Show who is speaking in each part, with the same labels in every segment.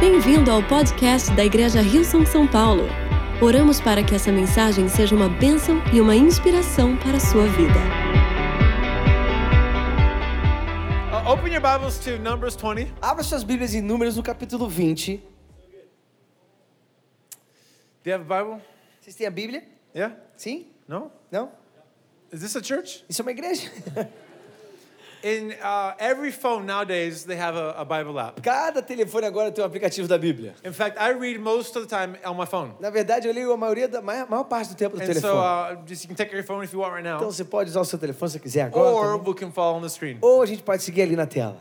Speaker 1: Bem-vindo ao podcast da Igreja Rio São São Paulo. Oramos para que essa mensagem seja uma bênção e uma inspiração para a sua vida.
Speaker 2: Uh, open your Bibles to Numbers 20.
Speaker 3: Abra suas Bíblias em Números no capítulo 20.
Speaker 2: Do you have a Bible?
Speaker 3: Vocês têm a Bíblia?
Speaker 2: Yeah?
Speaker 3: Sim?
Speaker 2: No?
Speaker 3: Não?
Speaker 2: Is this a church?
Speaker 3: Isso é uma igreja.
Speaker 2: In uh, every phone nowadays, they have a, a Bible app.
Speaker 3: Cada telefone agora tem um aplicativo da Bíblia.
Speaker 2: In fact, I read most of the time on my phone.
Speaker 3: Na verdade, eu leio a maioria da maior, maior parte do tempo do
Speaker 2: And
Speaker 3: telefone.
Speaker 2: so uh, just, you can take your phone if you want right
Speaker 3: Então
Speaker 2: now,
Speaker 3: você pode usar o seu telefone se você quiser agora.
Speaker 2: or
Speaker 3: também.
Speaker 2: we can follow on the screen.
Speaker 3: Ou a gente pode seguir ali na tela.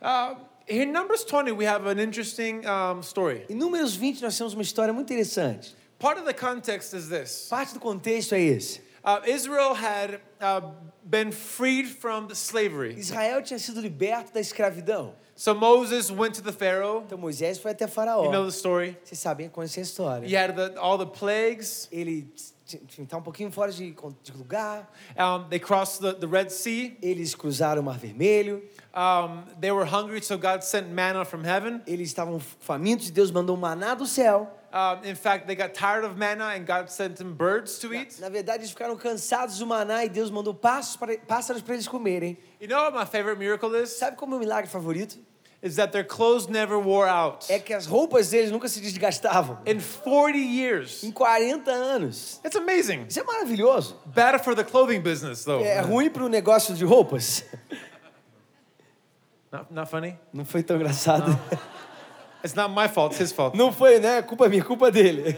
Speaker 2: Uh, in Numbers 20, we have an interesting um, story.
Speaker 3: Em Números 20 nós temos uma história muito interessante.
Speaker 2: Part of the context is this
Speaker 3: Parte do contexto é esse.
Speaker 2: uh, Israel had uh, been freed from slavery.
Speaker 3: Israel tinha sido liberto da escravidão.
Speaker 2: So Moses went to the Pharaoh.
Speaker 3: Então Moisés foi até
Speaker 2: You know
Speaker 3: Faraó.
Speaker 2: the story?
Speaker 3: Vocês sabem, conhecem a história.
Speaker 2: He had the, all the plagues.
Speaker 3: Ele está um pouquinho fora de, con- de lugar.
Speaker 2: Um, they crossed the, the Red Sea.
Speaker 3: Eles cruzaram o Mar Vermelho.
Speaker 2: Um, they were hungry, so God sent manna from heaven.
Speaker 3: Eles estavam famintos e Deus mandou um maná do céu.
Speaker 2: Um, in fact, they got tired of manna, and God sent them birds to eat.
Speaker 3: Na verdade, eles ficaram cansados do maná e Deus mandou pássaros para, pássaros para eles comerem.
Speaker 2: You know what my favorite miracle is?
Speaker 3: Sabe qual é o meu milagre favorito?
Speaker 2: Is that their clothes never wore out.
Speaker 3: É que as roupas deles nunca se desgastavam.
Speaker 2: In 40 years.
Speaker 3: Em 40 anos.
Speaker 2: It's amazing.
Speaker 3: Isso é maravilhoso.
Speaker 2: Bad for the clothing business, though.
Speaker 3: É ruim para o negócio de roupas.
Speaker 2: Not, not funny?
Speaker 3: Não foi tão engraçado.
Speaker 2: It's not my fault, it's his fault.
Speaker 3: Não foi, né? Culpa minha, culpa dele.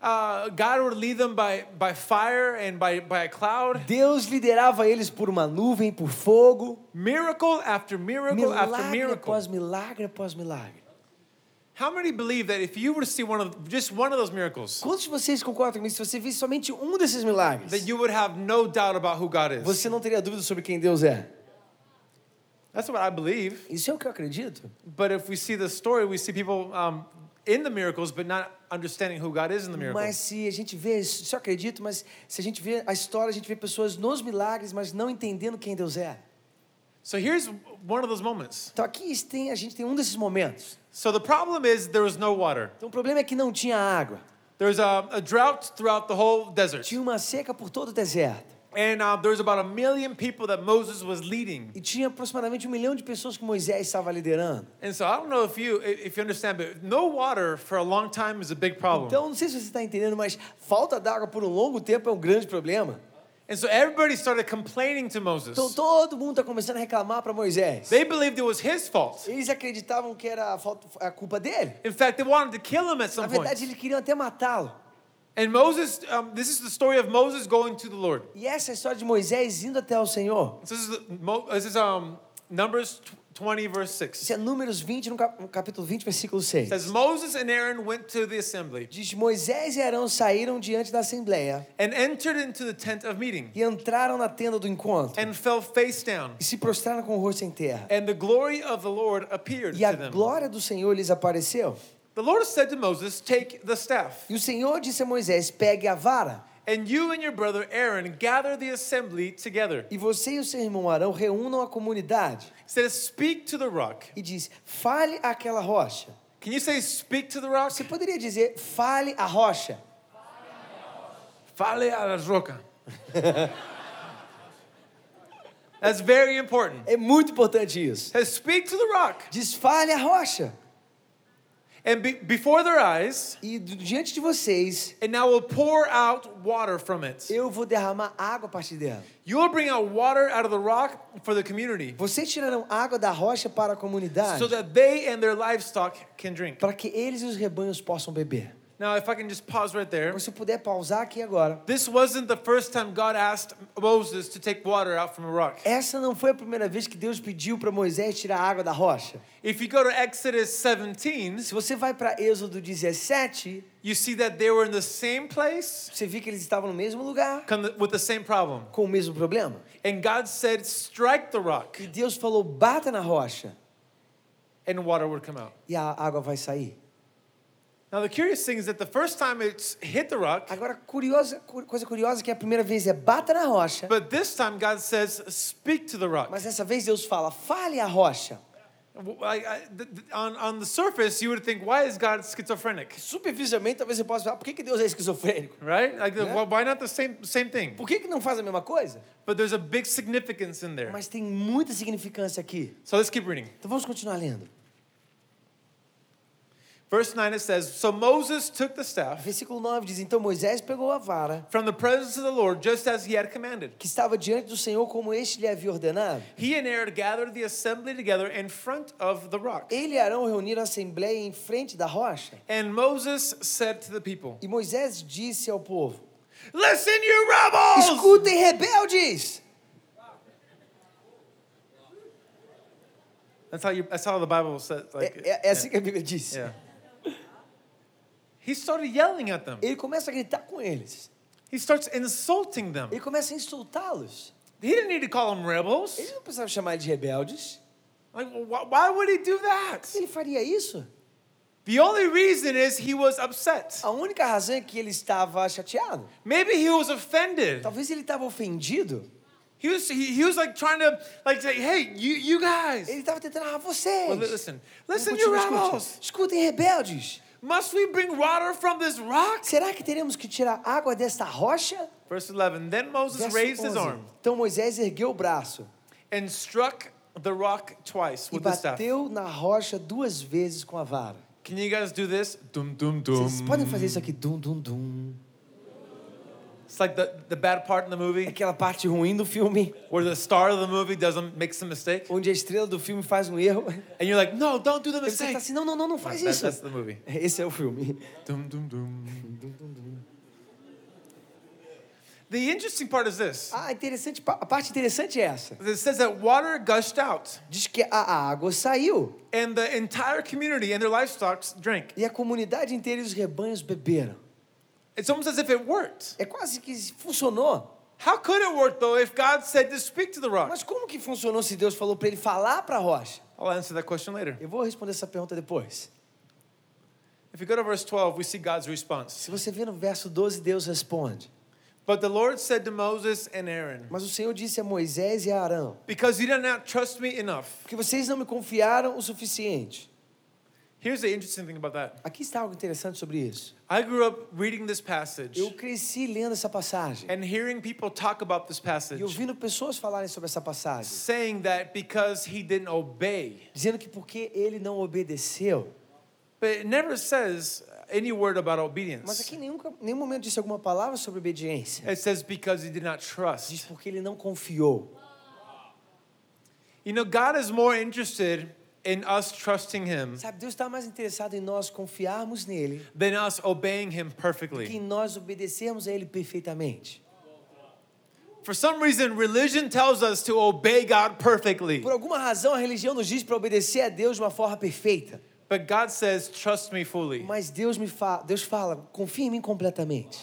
Speaker 2: Uh, God would lead them by, by fire and by, by a cloud.
Speaker 3: Deus liderava eles por uma nuvem, por fogo.
Speaker 2: Miracle after miracle after
Speaker 3: Milagre
Speaker 2: miracle.
Speaker 3: após milagre após milagre.
Speaker 2: How many believe that if you were to see one of just one of those miracles,
Speaker 3: Quantos de vocês concordam comigo se você visse somente um desses milagres?
Speaker 2: that you would have no doubt about who God is?
Speaker 3: Você não teria dúvida sobre quem Deus é.
Speaker 2: That's what I believe.
Speaker 3: Isso é o que eu acredito.
Speaker 2: But if we see the story, we see people um, in the miracles, but not understanding who God is in the
Speaker 3: Mas
Speaker 2: miracles.
Speaker 3: se a gente vê, isso eu acredito, mas se a gente vê a história, a gente vê pessoas nos milagres, mas não entendendo quem Deus é.
Speaker 2: So here's one of those moments.
Speaker 3: Então aqui tem, a gente tem um desses momentos.
Speaker 2: So the problem is there was no water.
Speaker 3: Então o problema é que não tinha água.
Speaker 2: There was a, a drought throughout the whole desert,
Speaker 3: Tinha uma seca por todo o deserto.
Speaker 2: and uh, there was about a million people that Moses was leading.
Speaker 3: E tinha aproximadamente um milhão de pessoas que Moisés estava liderando.
Speaker 2: And so I don't know if you if you understand, but no water for a long time is a big problem.
Speaker 3: Então, não sei se você está entendendo, mas falta d'água por um longo tempo é um grande problema.
Speaker 2: And so everybody started complaining to Moses.
Speaker 3: Então, todo mundo está começando a reclamar para Moisés.
Speaker 2: They believed it was his fault.
Speaker 3: Eles acreditavam que era a, falta, a culpa dele.
Speaker 2: In fact, they wanted to kill him at
Speaker 3: Na
Speaker 2: some
Speaker 3: verdade,
Speaker 2: point.
Speaker 3: eles queriam até matá-lo.
Speaker 2: And Moses, um, this is the story of Moses going to the Lord.
Speaker 3: E essa é a história de Moisés indo até o Senhor.
Speaker 2: This is, the, Mo- this is um, Numbers tw- 20, verse 6.
Speaker 3: Isso é Números 20, no cap- no capítulo 20, versículo
Speaker 2: It
Speaker 3: 6.
Speaker 2: says, Moses and Aaron went to the assembly
Speaker 3: Diz: Moisés e Arão saíram diante da assembleia
Speaker 2: and entered into the tent of meeting
Speaker 3: e entraram na tenda do encontro
Speaker 2: and fell face down.
Speaker 3: e se prostraram com o rosto em terra.
Speaker 2: And the glory of the Lord appeared
Speaker 3: E a
Speaker 2: to them.
Speaker 3: glória do Senhor lhes apareceu.
Speaker 2: The Lord said to Moses, Take the staff,
Speaker 3: E o Senhor disse a Moisés: Pegue a vara,
Speaker 2: and you and your brother Aaron gather the assembly together. He
Speaker 3: e você e o seu irmão Arão reúnam a comunidade.
Speaker 2: says, Speak to the rock.
Speaker 3: E diz: Fale àquela rocha.
Speaker 2: Can you say, Speak to the rock?
Speaker 3: Você poderia dizer: Fale à rocha.
Speaker 2: Fale a la roca. That's very important.
Speaker 3: É muito importante isso.
Speaker 2: Says, speak to the rock.
Speaker 3: Diz: Fale à rocha.
Speaker 2: And be, before their eyes,
Speaker 3: E do- diante de vocês,
Speaker 2: and now will pour out water from it.
Speaker 3: eu vou derramar água a partir dela.
Speaker 2: You will bring out water out of the rock for the community
Speaker 3: Vocês tirarão água da rocha para a comunidade,
Speaker 2: so that they and their livestock can drink.
Speaker 3: para que eles e os rebanhos possam beber.
Speaker 2: Now, if I can just pause right there.
Speaker 3: Então, Se eu puder pausar aqui agora.
Speaker 2: This wasn't the first time God asked Moses to take water out from a rock.
Speaker 3: Essa não foi a primeira vez que Deus pediu para Moisés tirar a água da rocha.
Speaker 2: If you go to Exodus 17,
Speaker 3: Se você vai para Êxodo 17,
Speaker 2: you see that they were in the same place
Speaker 3: você vê que eles estavam no mesmo lugar,
Speaker 2: con- with the same problem.
Speaker 3: com o mesmo problema.
Speaker 2: And God said, Strike the rock,
Speaker 3: E Deus falou: bata na rocha
Speaker 2: and water would come out.
Speaker 3: e a água vai sair.
Speaker 2: Now, the curious thing is that the first time it's hit the rock,
Speaker 3: Agora, curiosa, cu- coisa curiosa é que a primeira vez é bata na rocha,
Speaker 2: but this time God says, Speak to the rock.
Speaker 3: mas dessa vez Deus fala: fale a rocha.
Speaker 2: W- I- I- th- th- on, on the surface, you would think, why is God schizophrenic?
Speaker 3: Superficialmente, talvez você possa falar, por que, que Deus é esquizofrênico?
Speaker 2: Right? Like,
Speaker 3: Yeah.
Speaker 2: wh- why not the same, same thing?
Speaker 3: Por que, que não faz a mesma coisa?
Speaker 2: But there's a big significance in there.
Speaker 3: Mas tem muita significância aqui.
Speaker 2: So let's keep reading.
Speaker 3: Então vamos continuar lendo.
Speaker 2: Verse 9, it says So Moses took the staff
Speaker 3: Versículo 9 diz: Então Moisés pegou a vara
Speaker 2: from the presence of the Lord, just as he had commanded.
Speaker 3: que estava diante do Senhor, como este lhe havia ordenado.
Speaker 2: He and Aaron gathered the assembly together in front of the rock.
Speaker 3: Ele e Arão reuniram a assembleia em frente da rocha.
Speaker 2: And Moses said to the people,
Speaker 3: E Moisés disse ao povo:
Speaker 2: Listen, you rebels!
Speaker 3: Escutem, rebeldes!
Speaker 2: That's how, you, that's how the Bible says. Like,
Speaker 3: É, é- é assim que a Bíblia diz.
Speaker 2: yeah. He started yelling at them.
Speaker 3: Ele começa a gritar com eles.
Speaker 2: He starts insulting them.
Speaker 3: Ele começa a insultá-los.
Speaker 2: He didn't need to call them rebels.
Speaker 3: Ele não precisava chamar eles de rebeldes.
Speaker 2: Like, wh- why would he do that?
Speaker 3: Ele faria isso.
Speaker 2: The only reason is he was upset.
Speaker 3: A única razão é que ele estava chateado.
Speaker 2: Maybe he was offended.
Speaker 3: Talvez ele estava ofendido.
Speaker 2: He was, he, he was like trying to like say, hey, you, you guys.
Speaker 3: Ele estava tentando, ah,
Speaker 2: Well,
Speaker 3: vocês!
Speaker 2: li- listen,
Speaker 3: Vamos
Speaker 2: listen, you
Speaker 3: continuar, escute.
Speaker 2: rebels.
Speaker 3: Escutem, rebeldes!
Speaker 2: Must we bring water from this rock?
Speaker 3: Será que teremos que tirar água desta rocha?
Speaker 2: Verse 11. Then Moses
Speaker 3: Verso
Speaker 2: raised his
Speaker 3: 11.
Speaker 2: arm
Speaker 3: Então Moisés ergueu o braço
Speaker 2: and struck the rock twice
Speaker 3: e
Speaker 2: with the staff.
Speaker 3: bateu na rocha duas vezes com a vara.
Speaker 2: Can you guys do this? Dum, dum, dum.
Speaker 3: Vocês podem fazer isso aqui, dum, dum, dum.
Speaker 2: It's like the, the bad part in the movie
Speaker 3: É Aquela parte ruim do filme,
Speaker 2: where the star of the movie doesn't makes a mistake.
Speaker 3: onde a estrela do filme faz um erro.
Speaker 2: And you're like, no, don't do the
Speaker 3: E Você
Speaker 2: mistake.
Speaker 3: tá assim, não, não, não, não
Speaker 2: That-
Speaker 3: faz isso.
Speaker 2: that's the movie.
Speaker 3: Esse é o filme.
Speaker 2: Dum, dum, dum. The interesting part is this.
Speaker 3: Ah, interessante, pa- a parte interessante é essa.
Speaker 2: It says that water gushed out,
Speaker 3: Diz que a água saiu
Speaker 2: and the entire community and their livestock drank.
Speaker 3: e a comunidade inteira e os rebanhos beberam.
Speaker 2: It's almost as if it worked.
Speaker 3: É quase que funcionou.
Speaker 2: How could it work though if God said to speak to the rock?
Speaker 3: Mas como que funcionou se Deus falou para ele falar para a rocha?
Speaker 2: I'll answer that question later.
Speaker 3: Eu vou responder essa pergunta depois.
Speaker 2: If you go to verse 12, we see God's response.
Speaker 3: Se você vê no verso 12, Deus responde.
Speaker 2: But the Lord said to Moses and Aaron,
Speaker 3: Mas o Senhor disse a Moisés e a Arão:
Speaker 2: Because you did not trust me enough.
Speaker 3: Porque vocês não me confiaram o suficiente.
Speaker 2: Here's the interesting thing about that.
Speaker 3: Aqui está algo interessante sobre isso.
Speaker 2: I grew up reading this passage
Speaker 3: Eu cresci lendo essa passagem
Speaker 2: and hearing people talk about this
Speaker 3: e
Speaker 2: passage,
Speaker 3: ouvindo pessoas falarem sobre essa passagem,
Speaker 2: saying that because he didn't obey.
Speaker 3: dizendo que porque ele não obedeceu.
Speaker 2: But it never says any word about
Speaker 3: Mas
Speaker 2: obedience.
Speaker 3: aqui em nenhum, nenhum momento disse alguma palavra sobre obediência.
Speaker 2: It says because he did not
Speaker 3: Diz
Speaker 2: trust.
Speaker 3: porque ele não confiou.
Speaker 2: You know, God is more interested in us trusting him
Speaker 3: Sabe, Deus está mais interessado em nós confiarmos nele
Speaker 2: than us obeying him
Speaker 3: que
Speaker 2: perfectly.
Speaker 3: em nós obedecermos a ele perfeitamente.
Speaker 2: For some reason, religion tells us to obey God perfectly.
Speaker 3: Por alguma razão, a religião nos diz para obedecer a Deus de uma forma perfeita.
Speaker 2: But God says, trust me fully.
Speaker 3: Mas Deus me fala, Deus fala, confia em mim completamente.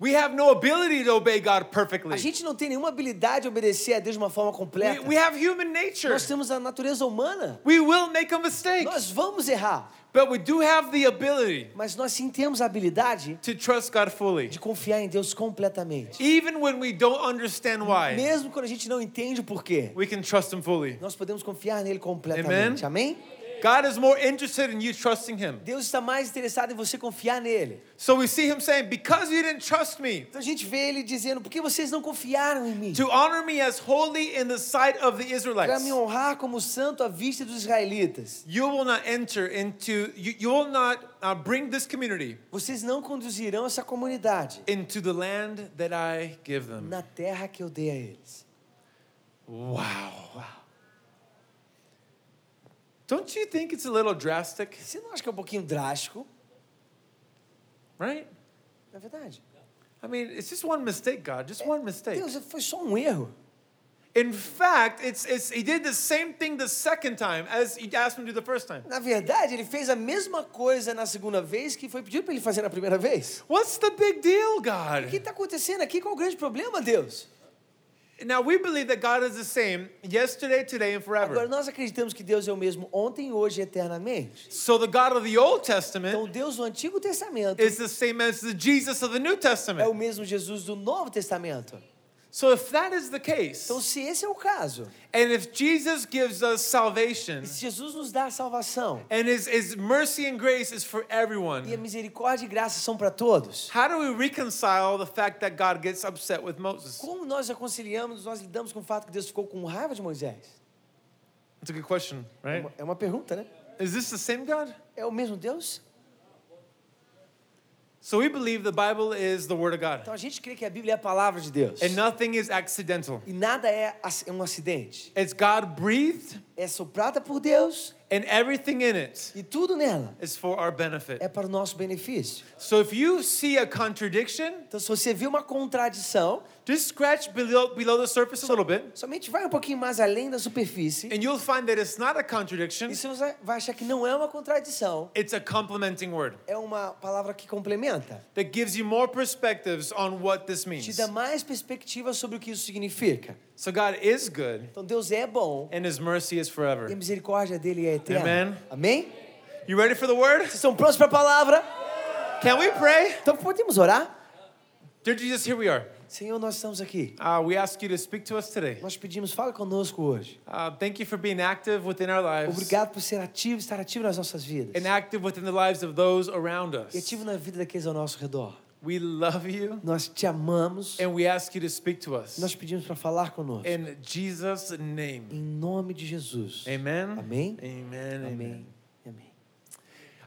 Speaker 2: We have no ability to obey God
Speaker 3: A
Speaker 2: perfectly.
Speaker 3: gente não tem nenhuma habilidade de obedecer a Deus de uma forma
Speaker 2: We,
Speaker 3: completa.
Speaker 2: we have human nature.
Speaker 3: Nós temos a natureza humana.
Speaker 2: We will make a mistake.
Speaker 3: Nós vamos errar,
Speaker 2: But we do have the ability
Speaker 3: mas nós sim temos a habilidade
Speaker 2: to trust God fully,
Speaker 3: de confiar em Deus completamente.
Speaker 2: even when we don't understand why.
Speaker 3: Mesmo quando a gente não entende o porquê,
Speaker 2: We can trust Him fully.
Speaker 3: nós podemos confiar nele completamente. Amém?
Speaker 2: God is more interested in you trusting Him.
Speaker 3: Deus está mais interessado em você confiar nele.
Speaker 2: So we see Him saying, Because you didn't trust me
Speaker 3: Então a gente vê ele dizendo: por que vocês não confiaram em mim?
Speaker 2: to honor me as holy in the sight of the
Speaker 3: Para
Speaker 2: Israelites,
Speaker 3: me honrar como santo à vista dos israelitas.
Speaker 2: you will not enter into, you, you will not uh, bring this community
Speaker 3: Vocês não conduzirão essa comunidade
Speaker 2: into the land that I give them.
Speaker 3: na terra que eu dei a eles.
Speaker 2: Wow. Don't you think it's a little drastic,
Speaker 3: Você não acha que é um pouquinho drástico?
Speaker 2: right?
Speaker 3: Na verdade.
Speaker 2: I mean, it's just one mistake, God, just one mistake.
Speaker 3: Deus, foi só um erro.
Speaker 2: In fact, it's, it's, he did the same thing the second time as he asked him to do the first time.
Speaker 3: Na verdade, ele fez a mesma coisa na segunda vez que foi pedido para ele fazer na primeira vez.
Speaker 2: What's the big deal,
Speaker 3: O que
Speaker 2: God?
Speaker 3: está acontecendo aqui? Qual é o grande problema, Deus?
Speaker 2: Now, we believe that God is the same yesterday, today, and
Speaker 3: Agora,
Speaker 2: forever.
Speaker 3: nós acreditamos que Deus é o mesmo ontem, hoje e eternamente.
Speaker 2: So, the God of the Old
Speaker 3: Então,
Speaker 2: Testament
Speaker 3: Deus do Antigo Testamento
Speaker 2: is the same as the Jesus of the New
Speaker 3: é o
Speaker 2: Testament.
Speaker 3: mesmo Jesus do Novo Testamento.
Speaker 2: So if that is the case,
Speaker 3: Então, se esse é o caso,
Speaker 2: and if Jesus gives us salvation,
Speaker 3: e se Jesus nos dá a salvação,
Speaker 2: and his, his mercy and grace is for
Speaker 3: e a
Speaker 2: everyone,
Speaker 3: misericórdia e graça são para todos,
Speaker 2: how do we reconcile the fact that God gets upset with Moses?
Speaker 3: como nós reconciliamos, nós lidamos com o fato que Deus ficou com raiva de Moisés?
Speaker 2: That's a good question,
Speaker 3: É
Speaker 2: right?
Speaker 3: uma, é uma pergunta, né?
Speaker 2: Is this the same God?
Speaker 3: É o mesmo Deus?
Speaker 2: So we believe the Bible is the Word of God,
Speaker 3: Então, a gente crê que a Bíblia é a palavra de Deus.
Speaker 2: and nothing is accidental.
Speaker 3: E nada é ac- um acidente.
Speaker 2: It's God breathed,
Speaker 3: É soprada por Deus
Speaker 2: and everything in it
Speaker 3: e tudo nela
Speaker 2: is for our benefit.
Speaker 3: é para o nosso benefício.
Speaker 2: So if you see a contradiction,
Speaker 3: Então, se você viu uma contradição,
Speaker 2: just scratch below, below the surface a little bit,
Speaker 3: somente vai um pouquinho mais além da superfície
Speaker 2: and you'll find that it's not a contradiction,
Speaker 3: e se você vai achar que não é uma contradição,
Speaker 2: it's a complementing word
Speaker 3: é uma palavra que complementa.
Speaker 2: that gives you more perspectives on what this
Speaker 3: Te
Speaker 2: means.
Speaker 3: dá mais perspectiva sobre o que isso significa.
Speaker 2: So God is good,
Speaker 3: Então, Deus é bom
Speaker 2: and His mercy is
Speaker 3: e a
Speaker 2: forever.
Speaker 3: misericórdia dele é eterna.
Speaker 2: Amen.
Speaker 3: Amém?
Speaker 2: You ready for the word?
Speaker 3: Vocês estão prontos para a palavra?
Speaker 2: Can we pray?
Speaker 3: Então, podemos orar?
Speaker 2: Dear Jesus, here we are.
Speaker 3: Senhor, nós estamos aqui.
Speaker 2: Uh, we ask you to speak to us today.
Speaker 3: Nós pedimos, fala conosco hoje.
Speaker 2: Uh, thank you for being active within our lives
Speaker 3: Obrigado por ser ativo, estar ativo nas nossas vidas.
Speaker 2: and active within the lives of those around
Speaker 3: E
Speaker 2: us.
Speaker 3: ativo na vida daqueles ao nosso redor.
Speaker 2: We love you
Speaker 3: Nós te amamos.
Speaker 2: and we ask you to speak to us.
Speaker 3: Nós pedimos para falar conosco.
Speaker 2: In Jesus'
Speaker 3: Em
Speaker 2: name.
Speaker 3: nome de Jesus.
Speaker 2: Amen.
Speaker 3: Amém.
Speaker 2: Amen. Amen.
Speaker 3: Amém. Amém.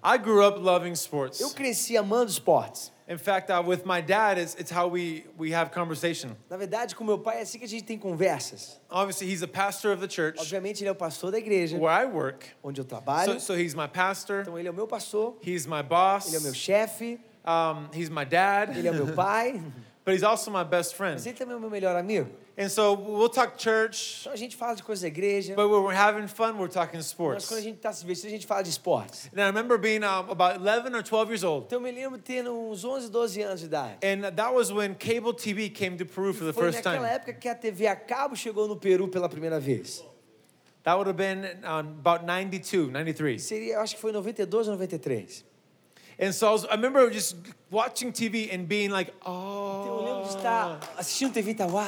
Speaker 2: I grew up loving
Speaker 3: Eu
Speaker 2: sports.
Speaker 3: cresci amando esportes.
Speaker 2: In fact, uh, with my dad, it's, it's how we, we have conversation.
Speaker 3: Na verdade, com meu pai é assim que a gente tem conversas.
Speaker 2: Obviously, he's a pastor of the church
Speaker 3: Obviamente, ele é o pastor da igreja,
Speaker 2: where I work.
Speaker 3: onde eu
Speaker 2: So,
Speaker 3: trabalho.
Speaker 2: so he's my pastor,
Speaker 3: Então, ele é o meu pastor,
Speaker 2: he's my
Speaker 3: ele é o meu
Speaker 2: boss,
Speaker 3: chefe,
Speaker 2: um, he's my
Speaker 3: ele é o
Speaker 2: dad,
Speaker 3: meu pai,
Speaker 2: but he's also my best friend.
Speaker 3: mas ele também é o meu melhor amigo.
Speaker 2: And so we'll talk church,
Speaker 3: Então, a gente fala de coisas da igreja,
Speaker 2: but when we're having fun, we're talking
Speaker 3: mas
Speaker 2: sports.
Speaker 3: quando a gente está se vestindo, a gente fala de esportes.
Speaker 2: And I remember being um, about 11 or 12 years old.
Speaker 3: Então, eu me lembro tendo uns 11, 12 anos de idade.
Speaker 2: And that was when cable TV came to Peru for the
Speaker 3: Foi
Speaker 2: first
Speaker 3: naquela
Speaker 2: time.
Speaker 3: época que a TV a cabo chegou no Peru pela primeira vez.
Speaker 2: That would have been um, about 92, 93.
Speaker 3: Seria, eu acho que foi em 92 ou 93.
Speaker 2: And so I, was, I remember just watching TV and being like,
Speaker 3: Então, eu lembro de
Speaker 2: oh,
Speaker 3: estar assistindo TV e tá, uau!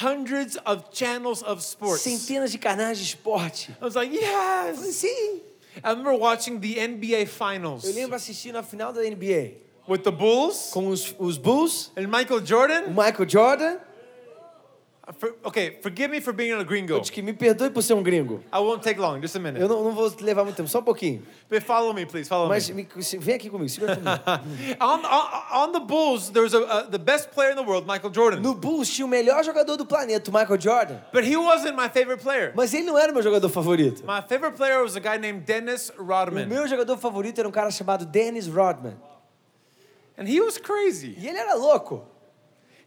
Speaker 2: hundreds of channels of sports. I
Speaker 3: Centenas de canais de esporte.
Speaker 2: was like,
Speaker 3: Eu falei,
Speaker 2: yes.
Speaker 3: Sim!
Speaker 2: I remember watching the NBA Finals
Speaker 3: Eu lembro assistindo a final da NBA
Speaker 2: with the Bulls
Speaker 3: com os, os Bulls,
Speaker 2: and Michael
Speaker 3: o
Speaker 2: Jordan.
Speaker 3: Michael Jordan.
Speaker 2: For- okay, forgive me for being a gringo.
Speaker 3: Acho que me perdoe por ser um gringo.
Speaker 2: I won't take long, just a minute.
Speaker 3: Eu não, não vou levar muito tempo, só um pouquinho.
Speaker 2: But follow me, please. Follow
Speaker 3: Mas
Speaker 2: me.
Speaker 3: me- se- vem aqui comigo, segura comigo.
Speaker 2: On, on, on the Bulls, there was a, a, the best player in the world, Michael Jordan.
Speaker 3: No Bulls tinha o melhor jogador do planeta, o Michael Jordan.
Speaker 2: But he wasn't my favorite player.
Speaker 3: Mas ele não era o meu jogador favorito.
Speaker 2: My favorite player was a guy named Dennis
Speaker 3: O
Speaker 2: Rodman.
Speaker 3: meu jogador favorito era um cara chamado Dennis Rodman.
Speaker 2: And he was crazy.
Speaker 3: E ele era louco.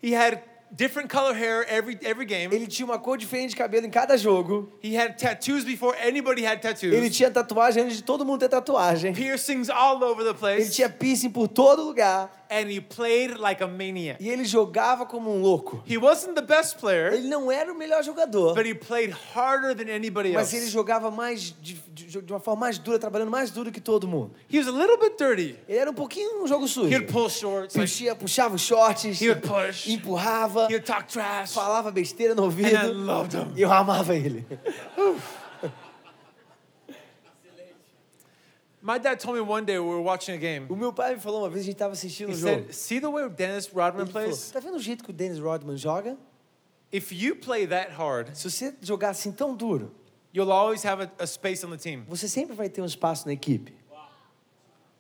Speaker 2: He had different color hair every every game.
Speaker 3: Ele tinha uma cor diferente de cabelo em cada jogo.
Speaker 2: He had tattoos before anybody had
Speaker 3: Ele
Speaker 2: tattoos.
Speaker 3: tinha tatuagem antes de todo mundo ter tatuagem.
Speaker 2: Piercings all over the
Speaker 3: Ele
Speaker 2: place.
Speaker 3: tinha piercing por todo lugar.
Speaker 2: And he played like a maniac.
Speaker 3: E ele jogava como um louco.
Speaker 2: He wasn't the best player,
Speaker 3: Ele não era o melhor jogador.
Speaker 2: but he played harder than anybody
Speaker 3: Mas
Speaker 2: else.
Speaker 3: ele jogava mais de, de- de uma forma mais dura, trabalhando mais duro que todo mundo.
Speaker 2: He was a little bit dirty.
Speaker 3: Ele era um pouquinho um jogo sujo.
Speaker 2: He'd pull shorts. Like,
Speaker 3: Puxia, puxava os shorts,
Speaker 2: He would push.
Speaker 3: empurrava,
Speaker 2: he'd talk trash.
Speaker 3: falava besteira no ouvido.
Speaker 2: And I loved him.
Speaker 3: E eu amava ele.
Speaker 2: My dad told me one day we were watching a game.
Speaker 3: O meu pai me falou uma vez, a gente tava assistindo
Speaker 2: He
Speaker 3: um jogo.
Speaker 2: said, "See the way Dennis Rodman
Speaker 3: Ele falou,
Speaker 2: plays.
Speaker 3: tá vendo o jeito que o Dennis Rodman joga?
Speaker 2: If you play that hard,
Speaker 3: Se você jogar assim tão duro,
Speaker 2: you'll always have a, a space on the team.
Speaker 3: você sempre vai ter um espaço na equipe.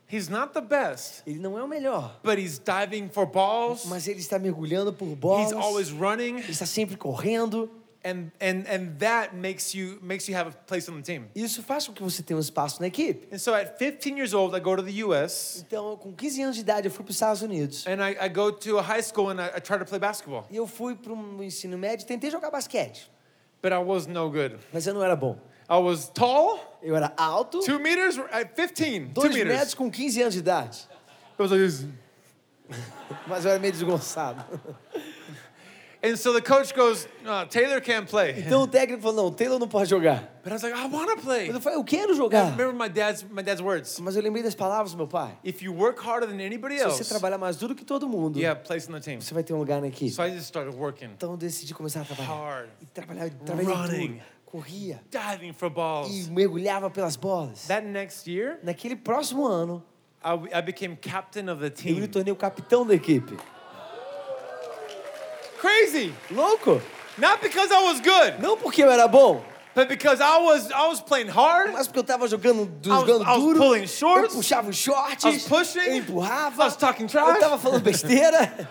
Speaker 2: He's not the best,
Speaker 3: Ele não é o melhor,
Speaker 2: but he's diving for balls.
Speaker 3: mas ele está mergulhando por bolas.
Speaker 2: He's always running,
Speaker 3: Ele está sempre correndo.
Speaker 2: and and and that makes you makes you have a place on the team.
Speaker 3: Isso faz com que você tenha um espaço na equipe.
Speaker 2: And so at 15 years old, I go to the U.S.
Speaker 3: Então, com 15 anos de idade, eu fui para os Estados Unidos.
Speaker 2: and I, I go to a high school and I, I try to play basketball,
Speaker 3: E eu fui para um ensino médio, tentei jogar basquete,
Speaker 2: but I was no good.
Speaker 3: mas eu não era bom.
Speaker 2: I was tall,
Speaker 3: Eu era alto,
Speaker 2: two meters at 15, two
Speaker 3: 2 metros
Speaker 2: meters.
Speaker 3: com 15 anos de idade,
Speaker 2: It was like this. É.
Speaker 3: mas eu era meio desgonçado.
Speaker 2: And so the coach goes, "Uh, Taylor can't play.
Speaker 3: Então o técnico falou: não, o Taylor não pode jogar.
Speaker 2: But I was like, I want to play.
Speaker 3: Mas eu falei: eu quero
Speaker 2: I
Speaker 3: jogar.
Speaker 2: remember my dad's, my dad's words.
Speaker 3: Mas eu lembrei das palavras do meu pai.
Speaker 2: If you work harder than anybody
Speaker 3: Se você
Speaker 2: else,
Speaker 3: trabalhar mais duro que todo mundo,
Speaker 2: you have a place on the team.
Speaker 3: você vai ter um lugar na equipe.
Speaker 2: So I just started working,
Speaker 3: Então eu decidi começar a trabalhar.
Speaker 2: Hard.
Speaker 3: E trabalhar, trabalhar
Speaker 2: Running.
Speaker 3: duro. Corria.
Speaker 2: diving for
Speaker 3: E
Speaker 2: balls.
Speaker 3: mergulhava pelas bolas.
Speaker 2: That next year,
Speaker 3: Naquele próximo ano,
Speaker 2: I, I became captain of the
Speaker 3: eu me
Speaker 2: team.
Speaker 3: tornei o capitão da equipe.
Speaker 2: Crazy!
Speaker 3: Louco!
Speaker 2: Not because I was good,
Speaker 3: Não porque eu era bom,
Speaker 2: but because I was I was playing hard.
Speaker 3: mas porque eu tava jogando, du-
Speaker 2: I was-
Speaker 3: jogando
Speaker 2: I was
Speaker 3: duro.
Speaker 2: pulling shorts.
Speaker 3: eu puxava os shorts.
Speaker 2: I was pushing.
Speaker 3: eu empurrava.
Speaker 2: I was talking trash.
Speaker 3: eu tava falando besteira.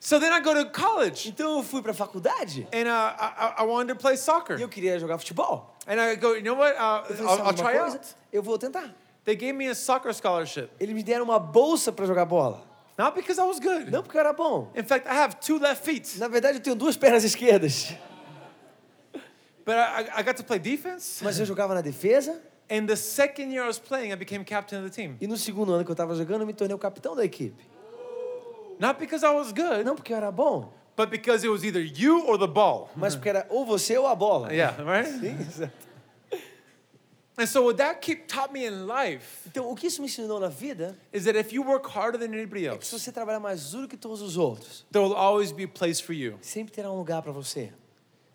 Speaker 2: So then I go to college,
Speaker 3: então eu fui pra faculdade
Speaker 2: and uh, I, I- I wanted to play soccer.
Speaker 3: e eu queria jogar futebol.
Speaker 2: And I go, you know what? Uh,
Speaker 3: Eu
Speaker 2: I'll, I'll
Speaker 3: falei, "Sabe de uma
Speaker 2: try
Speaker 3: coisa?
Speaker 2: out.
Speaker 3: Eu vou tentar.
Speaker 2: They gave me a soccer scholarship,
Speaker 3: Eles me deram uma bolsa pra jogar bola.
Speaker 2: not because I was good.
Speaker 3: Não porque eu era bom.
Speaker 2: In fact, I have two left feet,
Speaker 3: Na verdade, eu tenho duas pernas esquerdas.
Speaker 2: but I, I- I got to play defense.
Speaker 3: Mas eu jogava na defesa.
Speaker 2: And the second year I was playing, I became captain of the team.
Speaker 3: E no segundo ano que eu tava jogando, eu me tornei o capitão da equipe.
Speaker 2: Not because I was good,
Speaker 3: Não porque eu era bom,
Speaker 2: but because it was either you or the ball.
Speaker 3: mas porque era ou você ou a bola.
Speaker 2: Yeah, right?
Speaker 3: Sim, exato.
Speaker 2: And so what that keep taught me in life
Speaker 3: Então, o que isso me ensinou na vida
Speaker 2: is that if you work harder than anybody
Speaker 3: é que
Speaker 2: else,
Speaker 3: se você trabalhar mais duro que todos os outros,
Speaker 2: there will always be a place for you.
Speaker 3: sempre terá um lugar pra você.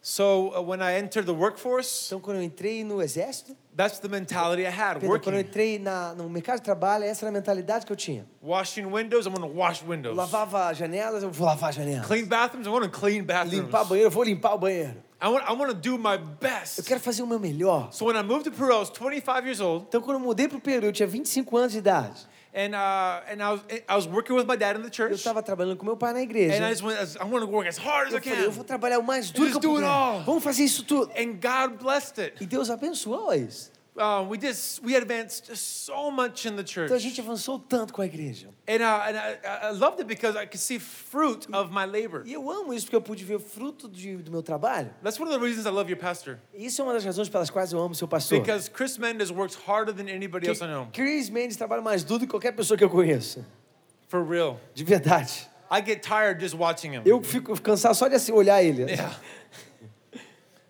Speaker 2: So uh, when I entered the workforce,
Speaker 3: Então, quando eu entrei no exército,
Speaker 2: that's the mentality I had.
Speaker 3: Pedro, quando
Speaker 2: Working,
Speaker 3: eu entrei na- no mercado de trabalho, essa era a mentalidade que eu tinha.
Speaker 2: washing windows, I'm gonna wash
Speaker 3: Eu
Speaker 2: windows.
Speaker 3: lavava janelas, eu vou lavar a janela.
Speaker 2: Clean bathrooms, I wanna clean bathrooms.
Speaker 3: Limpar banheiro, eu vou limpar o banheiro.
Speaker 2: I want, I want to do my
Speaker 3: Eu
Speaker 2: best.
Speaker 3: quero fazer o meu melhor.
Speaker 2: So when I moved to Peru, I was 25 years old,
Speaker 3: Então, quando eu mudei pro Peru, eu tinha 25 anos de idade.
Speaker 2: and uh, and I was I was working with my dad in the
Speaker 3: Eu
Speaker 2: church,
Speaker 3: tava trabalhando com meu pai na igreja.
Speaker 2: and I just went. I was- I want to work as hard as I
Speaker 3: Eu falei, eu
Speaker 2: can,
Speaker 3: vou trabalhar o mais duro que
Speaker 2: Just
Speaker 3: eu
Speaker 2: do it
Speaker 3: puder.
Speaker 2: all.
Speaker 3: Vamos fazer isso tudo.
Speaker 2: and God blessed it.
Speaker 3: E Deus abençoou isso.
Speaker 2: Uh, we just we advanced so much in the
Speaker 3: Então a
Speaker 2: church,
Speaker 3: gente avançou tanto com a igreja.
Speaker 2: and, uh, and I, I- I loved it because I could see fruit of my labor.
Speaker 3: E eu amo isso porque eu pude ver o fruto de- do meu trabalho.
Speaker 2: That's one of the reasons I love your pastor
Speaker 3: E isso é uma das razões pelas quais eu amo seu pastor.
Speaker 2: because Chris Mendes works harder than anybody else I know.
Speaker 3: Que Chris Mendes trabalha mais duro do que qualquer pessoa que eu conheço.
Speaker 2: For real,
Speaker 3: De verdade.
Speaker 2: I get tired just watching him.
Speaker 3: Eu fico eu fico cansado só de assim, olhar ele.
Speaker 2: Yeah.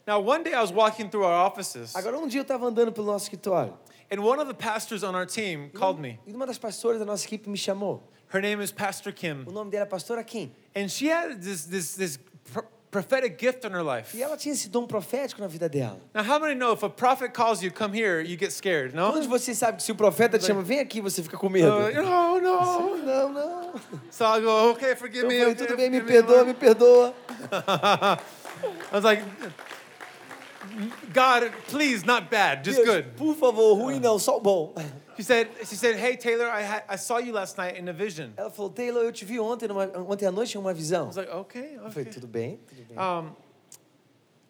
Speaker 2: Now one day I was walking through our offices.
Speaker 3: Agora, um dia eu estava andando pelo nosso escritório.
Speaker 2: And one of the pastors on our team called me.
Speaker 3: E uma das pastoras da nossa equipe me chamou.
Speaker 2: Her name is Pastor Kim.
Speaker 3: O nome dela é Pastora Kim.
Speaker 2: And she had this, this, this pr- prophetic gift in her life.
Speaker 3: E ela tinha esse dom profético na vida dela.
Speaker 2: Now, how many know if a prophet calls you, come here, you get scared, no?
Speaker 3: Onde você sabe que se o profeta te chama, vem aqui, você fica com medo.
Speaker 2: Uh, no, no.
Speaker 3: Não, não.
Speaker 2: So I go, okay, forgive
Speaker 3: Eu
Speaker 2: me.
Speaker 3: falei,
Speaker 2: okay,
Speaker 3: tudo bem, me
Speaker 2: forgive
Speaker 3: perdoa,
Speaker 2: Lord."
Speaker 3: me perdoa.
Speaker 2: I was like, God, please, not bad, just
Speaker 3: Deus,
Speaker 2: good.
Speaker 3: por favor, ruim não, só o bom.
Speaker 2: She said, she said, hey, Taylor, I, had, I saw you last night in a vision. I
Speaker 3: Ela falou, Taylor, eu te vi ontem, numa, ontem à noite em uma visão.
Speaker 2: was like, okay,
Speaker 3: Eu falei,
Speaker 2: okay.
Speaker 3: tudo bem, tudo bem.
Speaker 2: Um,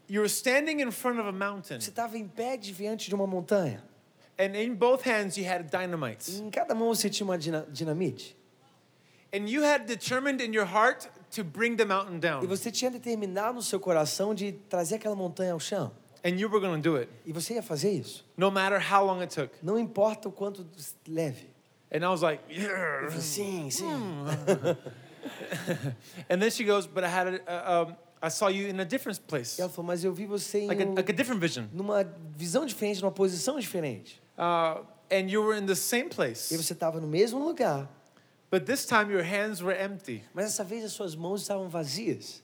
Speaker 2: you were standing in front of a mountain,
Speaker 3: Você estava em pé diante de uma montanha.
Speaker 2: and in both hands you had dynamite.
Speaker 3: Em cada mão você tinha uma dina- dinamite.
Speaker 2: And you had determined in your heart to bring the mountain
Speaker 3: E
Speaker 2: down.
Speaker 3: você tinha determinado no seu coração de trazer aquela montanha ao chão.
Speaker 2: And you were going to do it,
Speaker 3: E você ia fazer isso.
Speaker 2: no matter how long it took.
Speaker 3: Não importa o quanto leve.
Speaker 2: And I was like,
Speaker 3: Eu
Speaker 2: yeah.
Speaker 3: falei, sim, sim.
Speaker 2: And then she goes, but I had a, a, um, I saw you in a different place,
Speaker 3: E ela falou, mas eu vi você em
Speaker 2: like a,
Speaker 3: um-
Speaker 2: like a different vision.
Speaker 3: numa visão diferente, numa posição diferente.
Speaker 2: Uh, and you were in the same
Speaker 3: E
Speaker 2: place,
Speaker 3: você estava no mesmo lugar,
Speaker 2: but this time your hands were empty.
Speaker 3: mas dessa vez as suas mãos estavam vazias.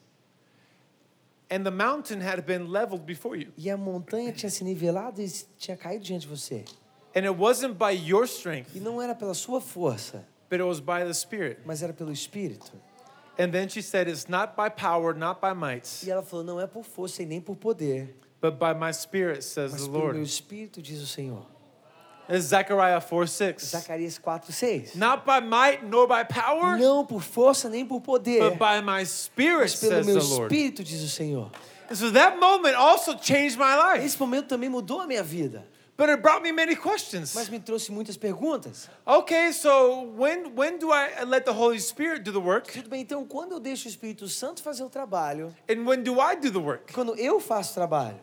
Speaker 2: And the mountain had been leveled before you.
Speaker 3: E a montanha tinha se nivelado e tinha caído diante de você.
Speaker 2: And it wasn't by your strength,
Speaker 3: E não era pela sua força,
Speaker 2: but it was by the Spirit.
Speaker 3: mas era pelo Espírito.
Speaker 2: And then she said, it's not by power, not by might,
Speaker 3: E ela falou: não é por força e nem por poder,
Speaker 2: but by my Spirit, says
Speaker 3: mas
Speaker 2: the
Speaker 3: pelo meu
Speaker 2: Lord.
Speaker 3: Espírito, diz o Senhor.
Speaker 2: It's Zechariah 4 6.
Speaker 3: Zacarias 4, 6.
Speaker 2: Not by might nor by power,
Speaker 3: Não por força nem por poder,
Speaker 2: but by my spirit,
Speaker 3: mas pelo
Speaker 2: says
Speaker 3: meu
Speaker 2: the Lord.
Speaker 3: Espírito, diz o Senhor.
Speaker 2: And so that moment also changed my life.
Speaker 3: Esse momento também mudou a minha vida,
Speaker 2: But it brought me many questions.
Speaker 3: mas me trouxe muitas perguntas.
Speaker 2: Okay, so when when do I let the Holy Spirit do the work?
Speaker 3: Tudo bem, então quando eu deixo o Espírito Santo fazer o trabalho,
Speaker 2: And when do I do the work?
Speaker 3: quando eu faço o trabalho,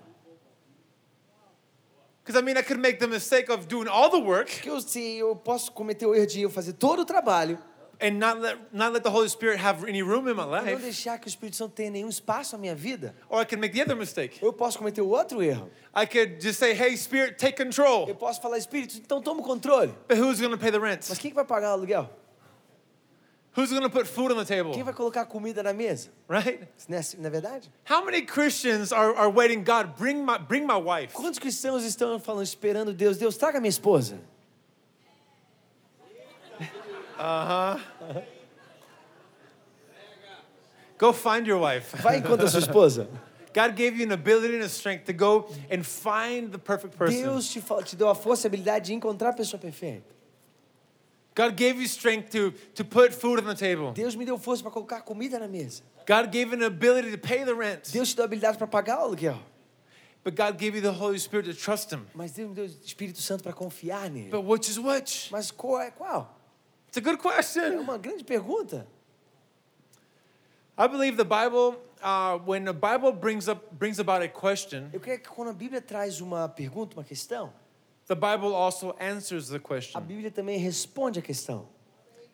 Speaker 2: Because I mean I could make the mistake of doing all the work
Speaker 3: que eu, se eu posso cometer o erro de eu fazer todo o trabalho
Speaker 2: and not let not let the Holy Spirit have any room in my
Speaker 3: Não
Speaker 2: life,
Speaker 3: deixar que o Espírito Santo tenha nenhum espaço na minha vida.
Speaker 2: or I can make the other mistake.
Speaker 3: Eu posso cometer outro erro.
Speaker 2: I could just say, "Hey, Spirit, take
Speaker 3: Eu
Speaker 2: control."
Speaker 3: posso falar, Espírito, então toma o controle.
Speaker 2: But who's going to pay the
Speaker 3: Mas
Speaker 2: rent?
Speaker 3: quem que vai pagar o aluguel?
Speaker 2: Who's going to put food on the
Speaker 3: Quem
Speaker 2: table?
Speaker 3: vai colocar a comida na mesa?
Speaker 2: Right?
Speaker 3: Não é assim, não é verdade?
Speaker 2: How many Christians are, are waiting? God, bring my bring my wife.
Speaker 3: Quantos cristãos estão falando, esperando Deus? Deus, traga minha esposa.
Speaker 2: Go find your wife.
Speaker 3: Vai e encontra sua esposa.
Speaker 2: God gave you an ability and a strength to go and find the perfect person.
Speaker 3: Deus te, fa- te deu a força e a habilidade de encontrar a pessoa perfeita.
Speaker 2: God gave you strength to to put food on the table.
Speaker 3: Deus me deu força para colocar a comida na mesa.
Speaker 2: God gave you an ability to pay the rent.
Speaker 3: Deus te deu a habilidade para pagar o aluguel.
Speaker 2: But God gave you the Holy Spirit to trust Him.
Speaker 3: Mas Deus me deu o Espírito Santo para confiar nele.
Speaker 2: But which is which?
Speaker 3: Mas qual é qual?
Speaker 2: It's a good
Speaker 3: É
Speaker 2: question.
Speaker 3: uma grande pergunta.
Speaker 2: I believe the Bible, uh, when the Bible brings up brings about a question,
Speaker 3: Eu creio que quando a Bíblia traz uma pergunta, uma questão,
Speaker 2: the Bible also answers the
Speaker 3: a
Speaker 2: question.
Speaker 3: Bíblia também responde a questão.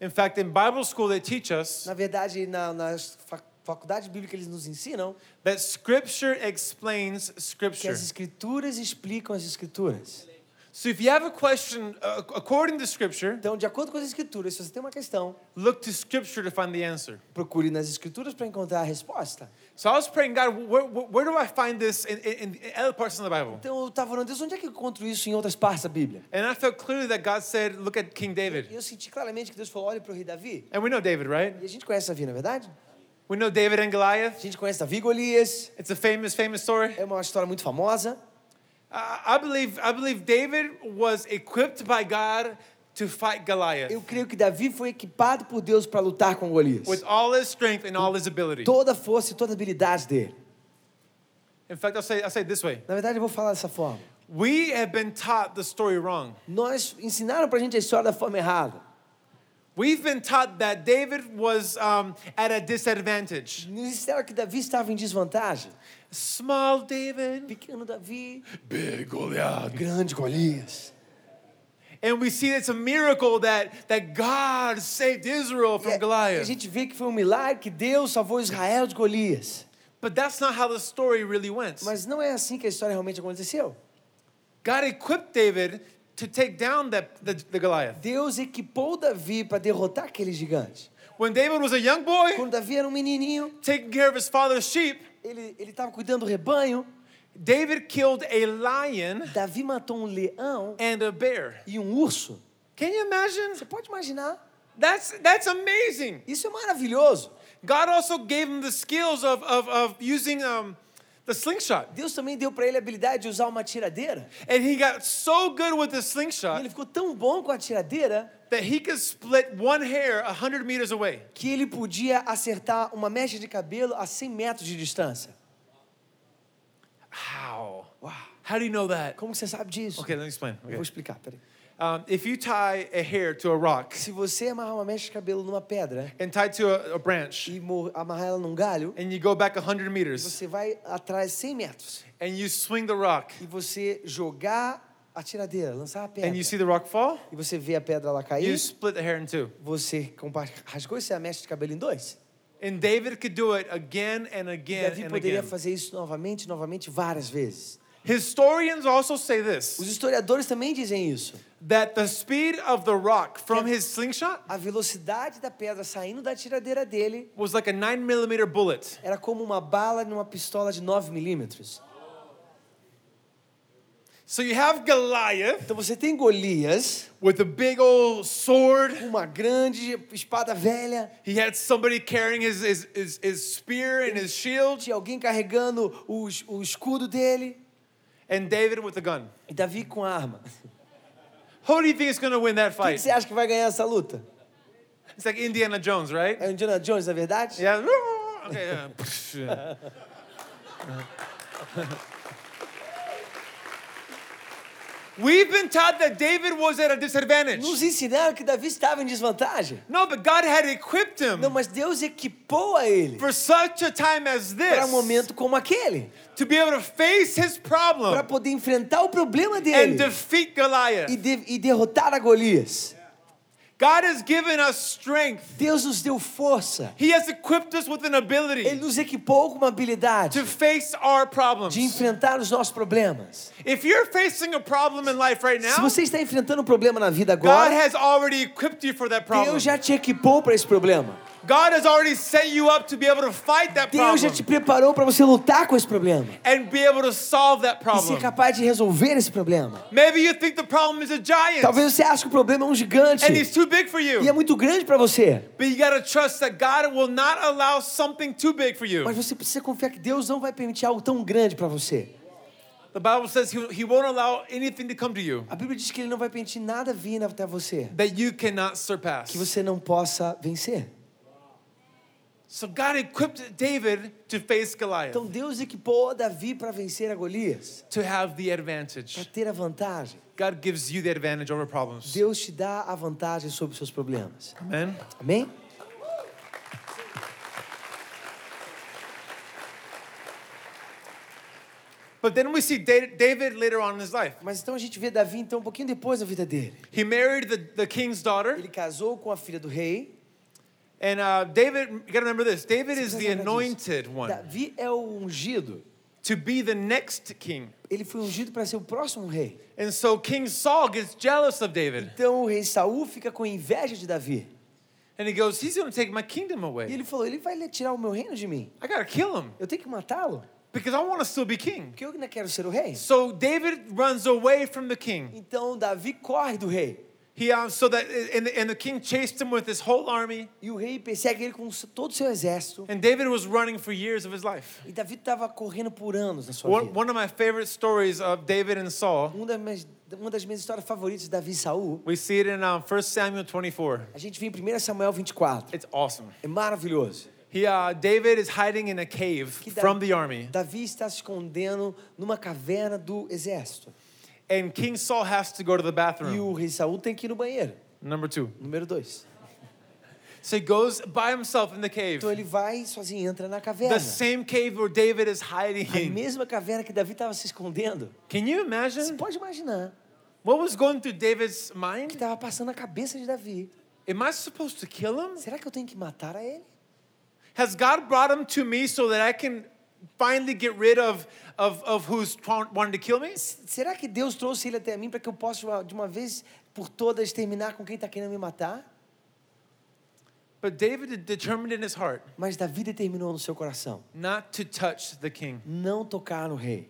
Speaker 2: In fact, in Bible school, they teach us
Speaker 3: Na verdade, na, na fa- faculdade bíblica eles nos ensinam
Speaker 2: that Scripture explains
Speaker 3: que
Speaker 2: Scripture.
Speaker 3: as escrituras explicam as escrituras.
Speaker 2: So if you have a question uh, according to Scripture,
Speaker 3: Então, de acordo com as escrituras, se você tem uma questão,
Speaker 2: look to Scripture to find the answer.
Speaker 3: procure nas escrituras para encontrar a resposta.
Speaker 2: So I was praying, God, where, where, where do I find this in, in, in other parts of the Bible?
Speaker 3: Então, eu estava falando, Deus, onde é que eu encontro isso em outras partes da Bíblia?
Speaker 2: And I felt clearly that God said, look at King
Speaker 3: E
Speaker 2: David.
Speaker 3: eu senti claramente que Deus falou, olha para o rei Davi.
Speaker 2: And we know David, right?
Speaker 3: E a gente conhece Davi, na é verdade?
Speaker 2: We know David and
Speaker 3: A
Speaker 2: Goliath.
Speaker 3: gente conhece Davi e Golias.
Speaker 2: It's a famous, famous story.
Speaker 3: É uma história muito famosa.
Speaker 2: I I believe, I believe David was equipped by God to fight Goliath
Speaker 3: Eu creio que Davi foi equipado por Deus para lutar com Golias.
Speaker 2: with all his strength and all his ability.
Speaker 3: Toda a força e toda a habilidade dele.
Speaker 2: In fact, I'll say, I'll say it this way.
Speaker 3: Na verdade, eu vou falar dessa forma.
Speaker 2: We have been taught the story wrong.
Speaker 3: Nós ensinaram pra gente a história da forma errada.
Speaker 2: We've been taught that David was um, at a disadvantage.
Speaker 3: Nos ensinaram que Davi estava em desvantagem.
Speaker 2: Small David,
Speaker 3: Pequeno Davi,
Speaker 2: big Goliath.
Speaker 3: grande Golias.
Speaker 2: And we see it's a miracle that, that God saved Israel
Speaker 3: E
Speaker 2: from
Speaker 3: a- a
Speaker 2: Goliath.
Speaker 3: gente vê que foi um milagre que Deus salvou Israel de Golias.
Speaker 2: But that's not how the story really went.
Speaker 3: Mas não é assim que a história realmente aconteceu.
Speaker 2: God equipped David to take down that, the, the Goliath.
Speaker 3: Deus equipou Davi para derrotar aquele gigante.
Speaker 2: When David was a young boy,
Speaker 3: Quando Davi era um menininho,
Speaker 2: taking care of his father's sheep,
Speaker 3: ele ele estava cuidando do rebanho.
Speaker 2: David killed a lion
Speaker 3: Davi matou um leão
Speaker 2: and a bear.
Speaker 3: e um urso.
Speaker 2: Can you
Speaker 3: Você
Speaker 2: imagine?
Speaker 3: pode imaginar?
Speaker 2: That's, that's amazing.
Speaker 3: Isso é maravilhoso.
Speaker 2: God also gave him the skills of, of, of using um, the slingshot.
Speaker 3: Deus também deu para ele a habilidade de usar uma tiradeira.
Speaker 2: And he got so good with the
Speaker 3: E
Speaker 2: slingshot
Speaker 3: ele ficou tão bom com a tiradeira
Speaker 2: that he could split one hair 100 meters away.
Speaker 3: que ele podia acertar uma mecha de cabelo a 100 metros de distância.
Speaker 2: How? Wow. How do you know that?
Speaker 3: Como que você sabe disso?
Speaker 2: Okay, let me explain.
Speaker 3: Eu vou
Speaker 2: Okay.
Speaker 3: explicar, peraí.
Speaker 2: Um, if you tie a hair to a rock
Speaker 3: Se você amarrar uma mecha de cabelo numa pedra
Speaker 2: and tie it to a, a branch
Speaker 3: e mo- amarrar ela num galho,
Speaker 2: and you go back 100 meters
Speaker 3: você vai atrás 100 metros
Speaker 2: and you swing the rock
Speaker 3: e você jogar a tiradeira, lançar a pedra.
Speaker 2: and you see the rock fall,
Speaker 3: E você vê a pedra lá
Speaker 2: you
Speaker 3: cair,
Speaker 2: split the hair in two.
Speaker 3: você compa- rasgou essa mecha de cabelo em dois.
Speaker 2: And David could do it again and again
Speaker 3: Davi
Speaker 2: and
Speaker 3: poderia
Speaker 2: again.
Speaker 3: fazer isso novamente, novamente, várias vezes.
Speaker 2: Historians also say
Speaker 3: Os
Speaker 2: this
Speaker 3: historiadores também dizem isso.
Speaker 2: that the speed of the rock from his slingshot
Speaker 3: A velocidade da pedra saindo da tiradeira dele
Speaker 2: was like a 9 millimeter bullet.
Speaker 3: era como uma bala numa pistola de 9 milímetros.
Speaker 2: So you have Goliath
Speaker 3: Então você tem Golias,
Speaker 2: with a big old sword.
Speaker 3: uma grande espada velha,
Speaker 2: He had somebody carrying his, his, his, his spear and his shield,
Speaker 3: tinha alguém carregando o, es- o escudo dele,
Speaker 2: and David with a gun.
Speaker 3: e Davi com a arma.
Speaker 2: Who do you think is going to win that
Speaker 3: Quem que
Speaker 2: fight?
Speaker 3: você acha que vai ganhar essa luta?
Speaker 2: It's like Indiana Jones, right?
Speaker 3: É o Indiana Jones, na verdade?
Speaker 2: Yeah. Okay, yeah. We've been taught that David was at a disadvantage.
Speaker 3: Nos ensinaram que Davi estava em desvantagem.
Speaker 2: No, but God had equipped him
Speaker 3: Não, mas Deus equipou a ele
Speaker 2: for such a time as
Speaker 3: para um
Speaker 2: this
Speaker 3: momento como aquele,
Speaker 2: to be able to face his
Speaker 3: para
Speaker 2: problem
Speaker 3: poder enfrentar o problema
Speaker 2: and
Speaker 3: dele
Speaker 2: defeat
Speaker 3: e,
Speaker 2: Goliath.
Speaker 3: de- e derrotar a Golias.
Speaker 2: God has given us strength.
Speaker 3: Deus nos deu força.
Speaker 2: He has equipped us with an
Speaker 3: Ele
Speaker 2: ability
Speaker 3: nos equipou com uma habilidade
Speaker 2: to face our problems.
Speaker 3: de enfrentar os nossos problemas.
Speaker 2: If you're facing a problem in life right
Speaker 3: Se
Speaker 2: now,
Speaker 3: você está enfrentando um problema na vida
Speaker 2: God
Speaker 3: agora,
Speaker 2: has already equipped you for that problem.
Speaker 3: Deus já te equipou para esse problema.
Speaker 2: God has already set you up to be able to fight that
Speaker 3: Deus já te
Speaker 2: problem
Speaker 3: preparou para você lutar com esse problema
Speaker 2: and be able to solve that
Speaker 3: e ser
Speaker 2: problem.
Speaker 3: capaz de resolver esse problema.
Speaker 2: Maybe you think the problem is a giant
Speaker 3: Talvez você ache que o problema é um gigante
Speaker 2: and it's too big for
Speaker 3: e é
Speaker 2: you.
Speaker 3: muito grande para você,
Speaker 2: But you gotta trust that God will not allow something too big for you.
Speaker 3: mas você precisa confiar que Deus não vai permitir algo tão grande para você.
Speaker 2: The Bible says he, he won't allow anything to come to you
Speaker 3: A Bíblia diz que Ele não vai permitir nada vir até você
Speaker 2: that you cannot surpass.
Speaker 3: que você não possa vencer.
Speaker 2: So God equipped David to face Goliath,
Speaker 3: Então Deus equipou Davi para vencer a Golias,
Speaker 2: to have the
Speaker 3: para
Speaker 2: advantage.
Speaker 3: ter a vantagem.
Speaker 2: God gives you the advantage over problems.
Speaker 3: Deus te dá a vantagem sobre os seus problemas.
Speaker 2: Amen.
Speaker 3: Amém?
Speaker 2: But then we see Da- David later on in his life.
Speaker 3: Mas então a gente vê Davi então um pouquinho depois da vida dele.
Speaker 2: He married the, the king's daughter.
Speaker 3: Ele casou com a filha do rei.
Speaker 2: And uh, David, you gotta remember this David is the
Speaker 3: Precisa lembrar disso.
Speaker 2: anointed one
Speaker 3: Davi é o ungido.
Speaker 2: to be the next king.
Speaker 3: Ele foi ungido para ser o próximo rei.
Speaker 2: And so King Saul gets jealous of David.
Speaker 3: Então o rei Saul fica com inveja de Davi.
Speaker 2: And he goes, He's gonna take my kingdom
Speaker 3: E
Speaker 2: away.
Speaker 3: ele falou: ele vai le- tirar o meu reino de mim.
Speaker 2: I gotta kill him
Speaker 3: Eu tenho que matá-lo,
Speaker 2: because I wanna still be king.
Speaker 3: porque eu não quero ser o rei.
Speaker 2: So David runs away from the king.
Speaker 3: Então Davi corre do rei.
Speaker 2: He, uh, so that, and the, and the king chased him with his whole army.
Speaker 3: E o rei persegue ele com s- todo o seu exército.
Speaker 2: And David was running for years of his life.
Speaker 3: E Davi estava correndo por anos na sua
Speaker 2: One,
Speaker 3: vida.
Speaker 2: one of my favorite stories of David and Saul,
Speaker 3: Uma das, minhas, uma das minhas histórias favoritas de Davi e Saul,
Speaker 2: we see it in um, 1 Samuel 24.
Speaker 3: a gente vê em 1 Samuel 24.
Speaker 2: It's awesome.
Speaker 3: É maravilhoso.
Speaker 2: He, uh, David is hiding in a cave
Speaker 3: Que Davi-
Speaker 2: from the army,
Speaker 3: Davi está se escondendo numa caverna do exército.
Speaker 2: and King Saul has to go to the
Speaker 3: E
Speaker 2: bathroom.
Speaker 3: o rei Saul tem que ir no banheiro.
Speaker 2: Number two.
Speaker 3: Número 2.
Speaker 2: So he goes by himself in the cave,
Speaker 3: Então ele vai sozinho e entra na caverna.
Speaker 2: the same cave where David is
Speaker 3: A
Speaker 2: hiding.
Speaker 3: mesma caverna que Davi estava se escondendo.
Speaker 2: Can you
Speaker 3: Você
Speaker 2: imagine
Speaker 3: pode imaginar
Speaker 2: what was going through David's
Speaker 3: o que
Speaker 2: mind?
Speaker 3: estava passando na cabeça de Davi.
Speaker 2: Am I supposed to kill him?
Speaker 3: Será que eu tenho que matar a ele?
Speaker 2: Has God brought him to me so that I can finally get rid of, of, of who's trying- wanting to kill me?
Speaker 3: Será que Deus trouxe ele até mim para que eu possa, de uma vez por todas, terminar com quem está querendo me matar?
Speaker 2: But David determined in his heart
Speaker 3: Mas Davi determinou no seu coração
Speaker 2: not to touch the king.
Speaker 3: não tocar no rei.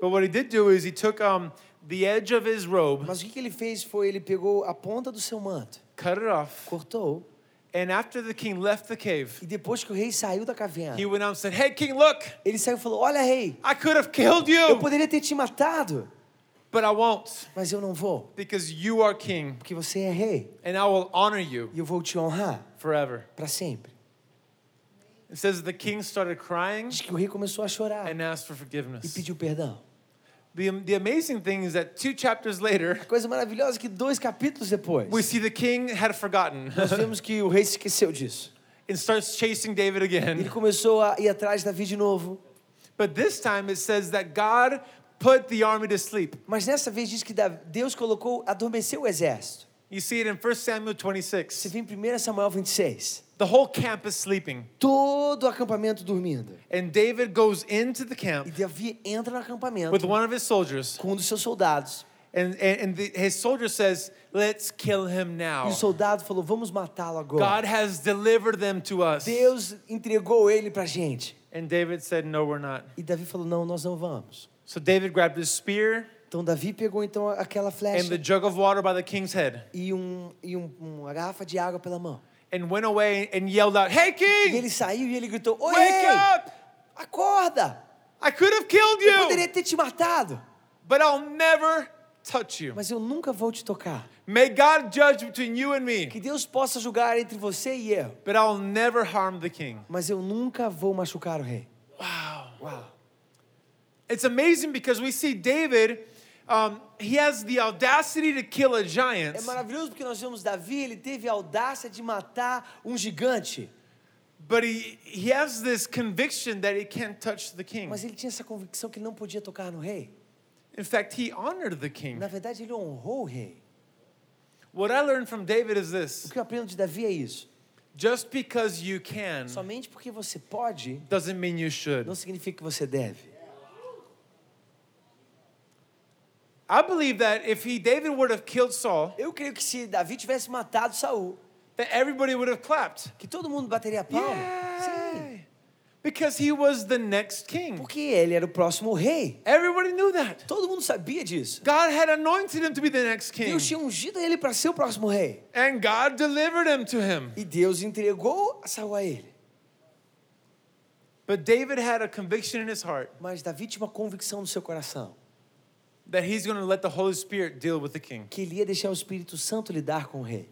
Speaker 2: But what he did do is he took um, the edge of his robe,
Speaker 3: Mas o que, que ele fez foi ele pegou a ponta do seu manto,
Speaker 2: cut it off,
Speaker 3: cortou,
Speaker 2: and after the king left the cave,
Speaker 3: e depois que o rei saiu da caverna,
Speaker 2: he went out and said, Hey, king, look,
Speaker 3: ele saiu e falou: Olha, rei,
Speaker 2: I could have killed
Speaker 3: eu
Speaker 2: you,
Speaker 3: poderia ter te matado,
Speaker 2: but I won't
Speaker 3: mas eu não vou,
Speaker 2: because you are king
Speaker 3: porque você é rei
Speaker 2: and I will honor you
Speaker 3: e eu vou te honrar
Speaker 2: forever.
Speaker 3: para sempre.
Speaker 2: It says the king started crying
Speaker 3: Diz que o rei começou a chorar
Speaker 2: and asked for
Speaker 3: e
Speaker 2: forgiveness.
Speaker 3: pediu perdão.
Speaker 2: The, the amazing thing is that two chapters later,
Speaker 3: Coisa maravilhosa é que dois capítulos depois,
Speaker 2: we see the king had forgotten
Speaker 3: nós vemos que o rei se esqueceu disso.
Speaker 2: and starts chasing David
Speaker 3: Ele
Speaker 2: again.
Speaker 3: começou a ir atrás de Davi de novo.
Speaker 2: But this time it says that God put the army to sleep.
Speaker 3: Mas nessa vez diz que Da- Deus colocou, adormeceu o exército.
Speaker 2: You see it in 1 Samuel
Speaker 3: Você
Speaker 2: 26.
Speaker 3: vê em 1 Samuel 26.
Speaker 2: The whole camp is sleeping.
Speaker 3: Todo o acampamento dormindo.
Speaker 2: And David goes into the
Speaker 3: E
Speaker 2: camp
Speaker 3: Davi entra no acampamento
Speaker 2: with one of his soldiers.
Speaker 3: com um dos seus soldados.
Speaker 2: And, and, and the, his soldier says, Let's kill him
Speaker 3: E
Speaker 2: now.
Speaker 3: o soldado falou: Vamos matá-lo agora.
Speaker 2: God has delivered them to us.
Speaker 3: Deus entregou ele pra gente.
Speaker 2: And David said, No, we're not.
Speaker 3: E Davi falou: Não, nós não vamos.
Speaker 2: So David grabbed his spear
Speaker 3: Então Davi pegou então aquela
Speaker 2: and
Speaker 3: flecha
Speaker 2: the jug of water by the king's head
Speaker 3: e, um, e um, uma garrafa de água pela mão.
Speaker 2: and went away and yelled out, Hey,
Speaker 3: E ele
Speaker 2: king,
Speaker 3: saiu e ele gritou: Oi,
Speaker 2: wake
Speaker 3: rei,
Speaker 2: up!
Speaker 3: acorda!
Speaker 2: I could have killed
Speaker 3: Eu
Speaker 2: you,
Speaker 3: poderia ter te matado,
Speaker 2: but I'll never touch you.
Speaker 3: mas eu nunca vou te tocar.
Speaker 2: May God judge between you and me,
Speaker 3: Que Deus possa julgar entre você e eu,
Speaker 2: but I'll never harm the king.
Speaker 3: mas eu nunca vou machucar o rei.
Speaker 2: It's amazing because we see David, um, he has the audacity to kill a
Speaker 3: É
Speaker 2: giant,
Speaker 3: maravilhoso porque nós vemos Davi, ele teve a audácia de matar um gigante,
Speaker 2: but he, he has this conviction that he can't touch the king.
Speaker 3: mas ele tinha essa convicção que ele não podia tocar no rei.
Speaker 2: In fact, he honored the
Speaker 3: Na
Speaker 2: king.
Speaker 3: verdade, ele honrou o rei.
Speaker 2: What I learned from David is this
Speaker 3: O que eu aprendo de Davi é isso.
Speaker 2: just because you can
Speaker 3: Somente porque você pode,
Speaker 2: doesn't mean you should.
Speaker 3: não significa que você deve.
Speaker 2: I believe that if he David would have killed Saul,
Speaker 3: Eu creio que se Davi tivesse matado Saul,
Speaker 2: that everybody would have clapped.
Speaker 3: que todo mundo bateria palma. Sim.
Speaker 2: Yay! Because he was the next king.
Speaker 3: Porque ele era o próximo rei.
Speaker 2: Everybody knew that.
Speaker 3: Todo mundo sabia disso.
Speaker 2: God had anointed him to be the next king.
Speaker 3: Deus tinha ungido ele para ser o próximo rei.
Speaker 2: And God delivered him to him.
Speaker 3: E Deus entregou Saul a ele.
Speaker 2: But David had a conviction in his heart
Speaker 3: Mas Davi tinha uma convicção no seu coração
Speaker 2: that he's going to let the Holy Spirit deal with the king.
Speaker 3: que ele ia deixar o Espírito Santo lidar com o rei.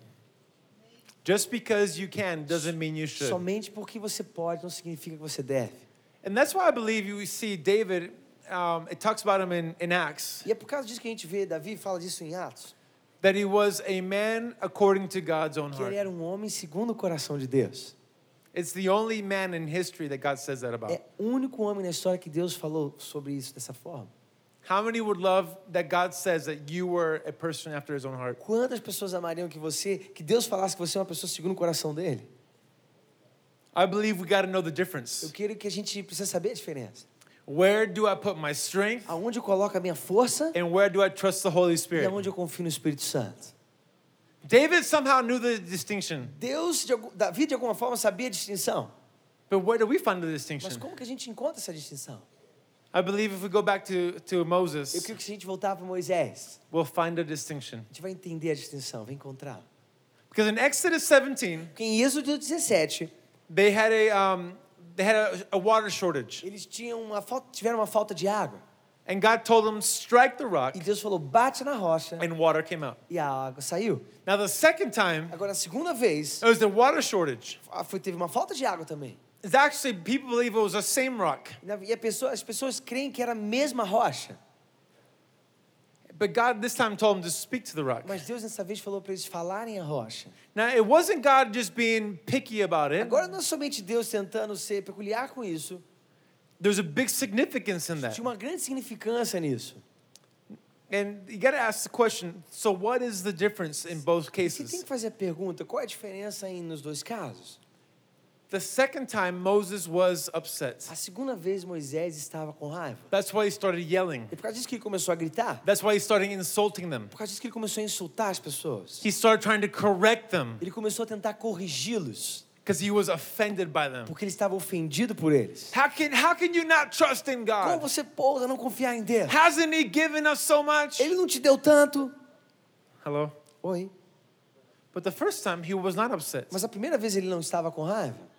Speaker 2: Just because you can doesn't mean you should.
Speaker 3: Somente porque você pode não significa que você deve.
Speaker 2: And that's why I believe you see David, um, it talks about him in, in Acts,
Speaker 3: E é por causa disso que a gente vê Davi fala disso em Atos,
Speaker 2: that he was a man according to God's own
Speaker 3: que
Speaker 2: heart.
Speaker 3: ele era um homem segundo o coração de Deus.
Speaker 2: It's the only man in history that God says that about.
Speaker 3: É o único homem na história que Deus falou sobre isso dessa forma.
Speaker 2: How many would love that God says that you were a person after his own heart?
Speaker 3: Quantas pessoas amariam que você, que Deus falasse que você é uma pessoa segundo o coração dele?
Speaker 2: I believe we got to know the
Speaker 3: Eu
Speaker 2: difference.
Speaker 3: quero que a gente precisa saber a diferença.
Speaker 2: Where do I put my strength
Speaker 3: Aonde eu coloco a minha força
Speaker 2: and where do I trust the Holy
Speaker 3: e
Speaker 2: Spirit?
Speaker 3: aonde eu confio no Espírito Santo.
Speaker 2: David somehow knew the distinction,
Speaker 3: Deus, de, algum- Davi de alguma forma sabia a distinção.
Speaker 2: but where do we find the
Speaker 3: Mas
Speaker 2: distinction?
Speaker 3: como que a gente encontra essa distinção?
Speaker 2: I believe if we go back to, to
Speaker 3: Eu
Speaker 2: Moses,
Speaker 3: quero que a gente voltar para Moisés.
Speaker 2: we'll find a distinction.
Speaker 3: A gente vai entender a distinção, vai encontrar.
Speaker 2: Because in Exodus 17,
Speaker 3: Porque em Êxodo 17,
Speaker 2: they had a, um, they had a, a water shortage,
Speaker 3: eles tinham uma falta, tiveram uma falta de água.
Speaker 2: and God told them, strike the rock,
Speaker 3: E Deus falou, bate na rocha
Speaker 2: and water came out.
Speaker 3: e a água saiu.
Speaker 2: Now, the second time,
Speaker 3: Agora, a segunda vez,
Speaker 2: it was the water shortage.
Speaker 3: ah, foi, teve uma falta de água também.
Speaker 2: It's actually, people believe it was the same rock,
Speaker 3: E na- E a pessoa- as pessoas creem que era a mesma rocha.
Speaker 2: but God this time told them to speak to the rock.
Speaker 3: Mas Deus dessa vez falou para eles falarem a rocha.
Speaker 2: Now, it wasn't God just being picky about it,
Speaker 3: Agora não é somente Deus tentando ser peculiar com isso,
Speaker 2: there's a big significance in that.
Speaker 3: tinha uma grande significância nisso.
Speaker 2: And you got to ask the question so, what is the difference in both
Speaker 3: Você tem
Speaker 2: cases?
Speaker 3: que fazer a pergunta, qual é a diferença aí nos dois casos?
Speaker 2: The second time, Moses was
Speaker 3: A
Speaker 2: upset.
Speaker 3: segunda vez Moisés estava com raiva.
Speaker 2: That's why he started yelling.
Speaker 3: E por causa disso que ele começou a gritar. é
Speaker 2: That's why he started insulting them.
Speaker 3: Por causa disso que ele começou a insultar as pessoas.
Speaker 2: He started trying to correct them
Speaker 3: Ele começou a tentar corrigi-los,
Speaker 2: because he was offended by them.
Speaker 3: porque ele estava ofendido por eles.
Speaker 2: How can, how can you not trust in
Speaker 3: Como
Speaker 2: God?
Speaker 3: você pousa não confiar em Deus?
Speaker 2: Hasn't he given us so much?
Speaker 3: Ele não te deu tanto.
Speaker 2: Hello?
Speaker 3: Oi.
Speaker 2: But the first time, he was not upset.
Speaker 3: Mas a primeira vez ele não estava com raiva.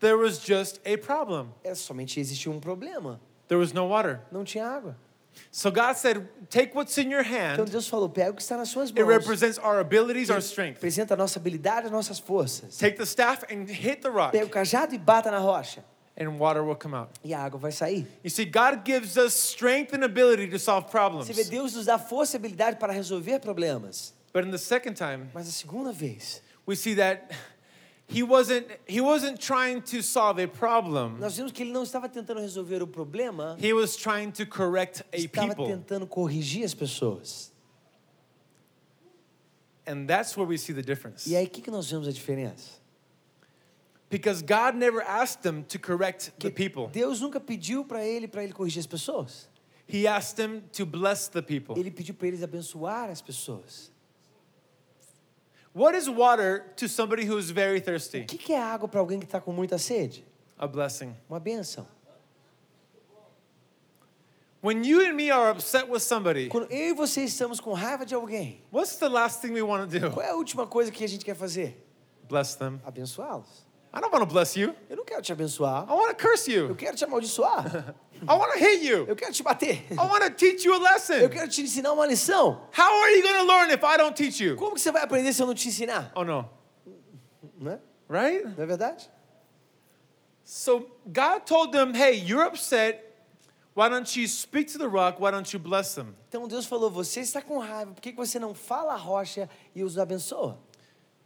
Speaker 2: There was just a problem.
Speaker 3: Era somente existia um problema.
Speaker 2: There was no water.
Speaker 3: Não tinha água.
Speaker 2: So God said, Take what's in your
Speaker 3: Então
Speaker 2: hand.
Speaker 3: Deus falou: pega o que está nas suas
Speaker 2: It
Speaker 3: mãos.
Speaker 2: represents our abilities, our strength.
Speaker 3: Apresenta a nossa habilidade, as nossas forças.
Speaker 2: Take the staff and hit the rock,
Speaker 3: Pega o cajado e bata na rocha.
Speaker 2: and water will come out.
Speaker 3: E a água vai sair.
Speaker 2: You see, God gives us strength and ability to solve problems.
Speaker 3: Você vê, Deus nos dá força e habilidade para resolver problemas.
Speaker 2: But in the second time,
Speaker 3: Mas a segunda vez,
Speaker 2: we see that he wasn't he wasn't trying to solve a problem.
Speaker 3: nós vimos que ele não estava tentando resolver o problema,
Speaker 2: He was trying to correct a
Speaker 3: estava
Speaker 2: people.
Speaker 3: tentando corrigir as pessoas.
Speaker 2: And that's where we see the difference.
Speaker 3: E aí, o que, que nós vemos a diferença?
Speaker 2: Because God never asked them to correct the people.
Speaker 3: Deus nunca pediu para ele, para ele corrigir as pessoas.
Speaker 2: He asked them to bless the people.
Speaker 3: Ele pediu para eles abençoar as pessoas.
Speaker 2: What is water to somebody who is very thirsty?
Speaker 3: O que, que é água para alguém que está com muita sede?
Speaker 2: A blessing.
Speaker 3: Uma benção.
Speaker 2: When you and me are upset with somebody,
Speaker 3: Quando eu e você estamos com raiva de alguém,
Speaker 2: what's the last thing we want to do?
Speaker 3: qual é a última coisa que a gente quer fazer?
Speaker 2: Bless them.
Speaker 3: Abençoá-los.
Speaker 2: I don't want to bless you.
Speaker 3: Eu não quero te
Speaker 2: I
Speaker 3: abençoar.
Speaker 2: want to curse
Speaker 3: Eu
Speaker 2: you.
Speaker 3: quero te amaldiçoar.
Speaker 2: I want to hit you.
Speaker 3: Eu quero te bater.
Speaker 2: I want to teach you a
Speaker 3: Eu
Speaker 2: lesson.
Speaker 3: quero te ensinar uma lição.
Speaker 2: How are you going to learn if I don't teach you?
Speaker 3: Como que você vai aprender se eu não te ensinar?
Speaker 2: Oh no.
Speaker 3: Não é,
Speaker 2: Right?
Speaker 3: não é verdade?
Speaker 2: So God told them, hey, you're upset. Why don't you speak to the rock? Why don't you bless them?
Speaker 3: Então Deus falou: você está com raiva, por que que você não fala a rocha e os abençoa?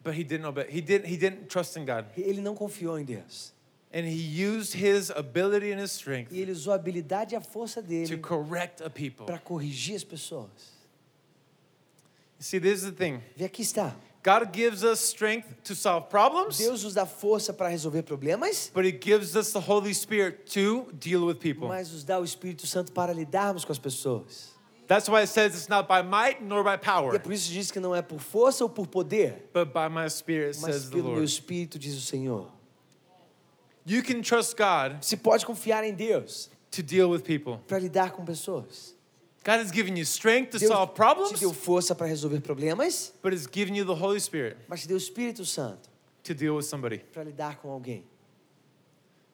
Speaker 2: But he didn't obey. He didn't he didn't trust in God.
Speaker 3: Ele não confiou em Deus.
Speaker 2: And he used his ability and his strength
Speaker 3: E ele usou a habilidade e a força
Speaker 2: to
Speaker 3: dele
Speaker 2: correct a people.
Speaker 3: para corrigir as pessoas.
Speaker 2: See, this is the thing
Speaker 3: E aqui está.
Speaker 2: God gives us strength to solve problems,
Speaker 3: Deus nos dá força para resolver problemas,
Speaker 2: but He gives us the Holy Spirit to deal with people.
Speaker 3: mas nos dá o Espírito Santo para lidarmos com as pessoas.
Speaker 2: That's why it says it's not by might nor by
Speaker 3: E é
Speaker 2: power,
Speaker 3: por isso que diz que não é por força ou por poder,
Speaker 2: but by my spirit,
Speaker 3: mas
Speaker 2: says the
Speaker 3: pelo meu
Speaker 2: é Lord.
Speaker 3: Espírito, diz o Senhor.
Speaker 2: You can trust God
Speaker 3: Se pode confiar em Deus
Speaker 2: to deal with people.
Speaker 3: para lidar com pessoas.
Speaker 2: God has given you strength to
Speaker 3: Deus
Speaker 2: solve
Speaker 3: te
Speaker 2: problems,
Speaker 3: deu força para resolver problemas,
Speaker 2: but it's given you the Holy Spirit
Speaker 3: mas te deu o Espírito Santo
Speaker 2: to deal with somebody.
Speaker 3: para lidar com alguém.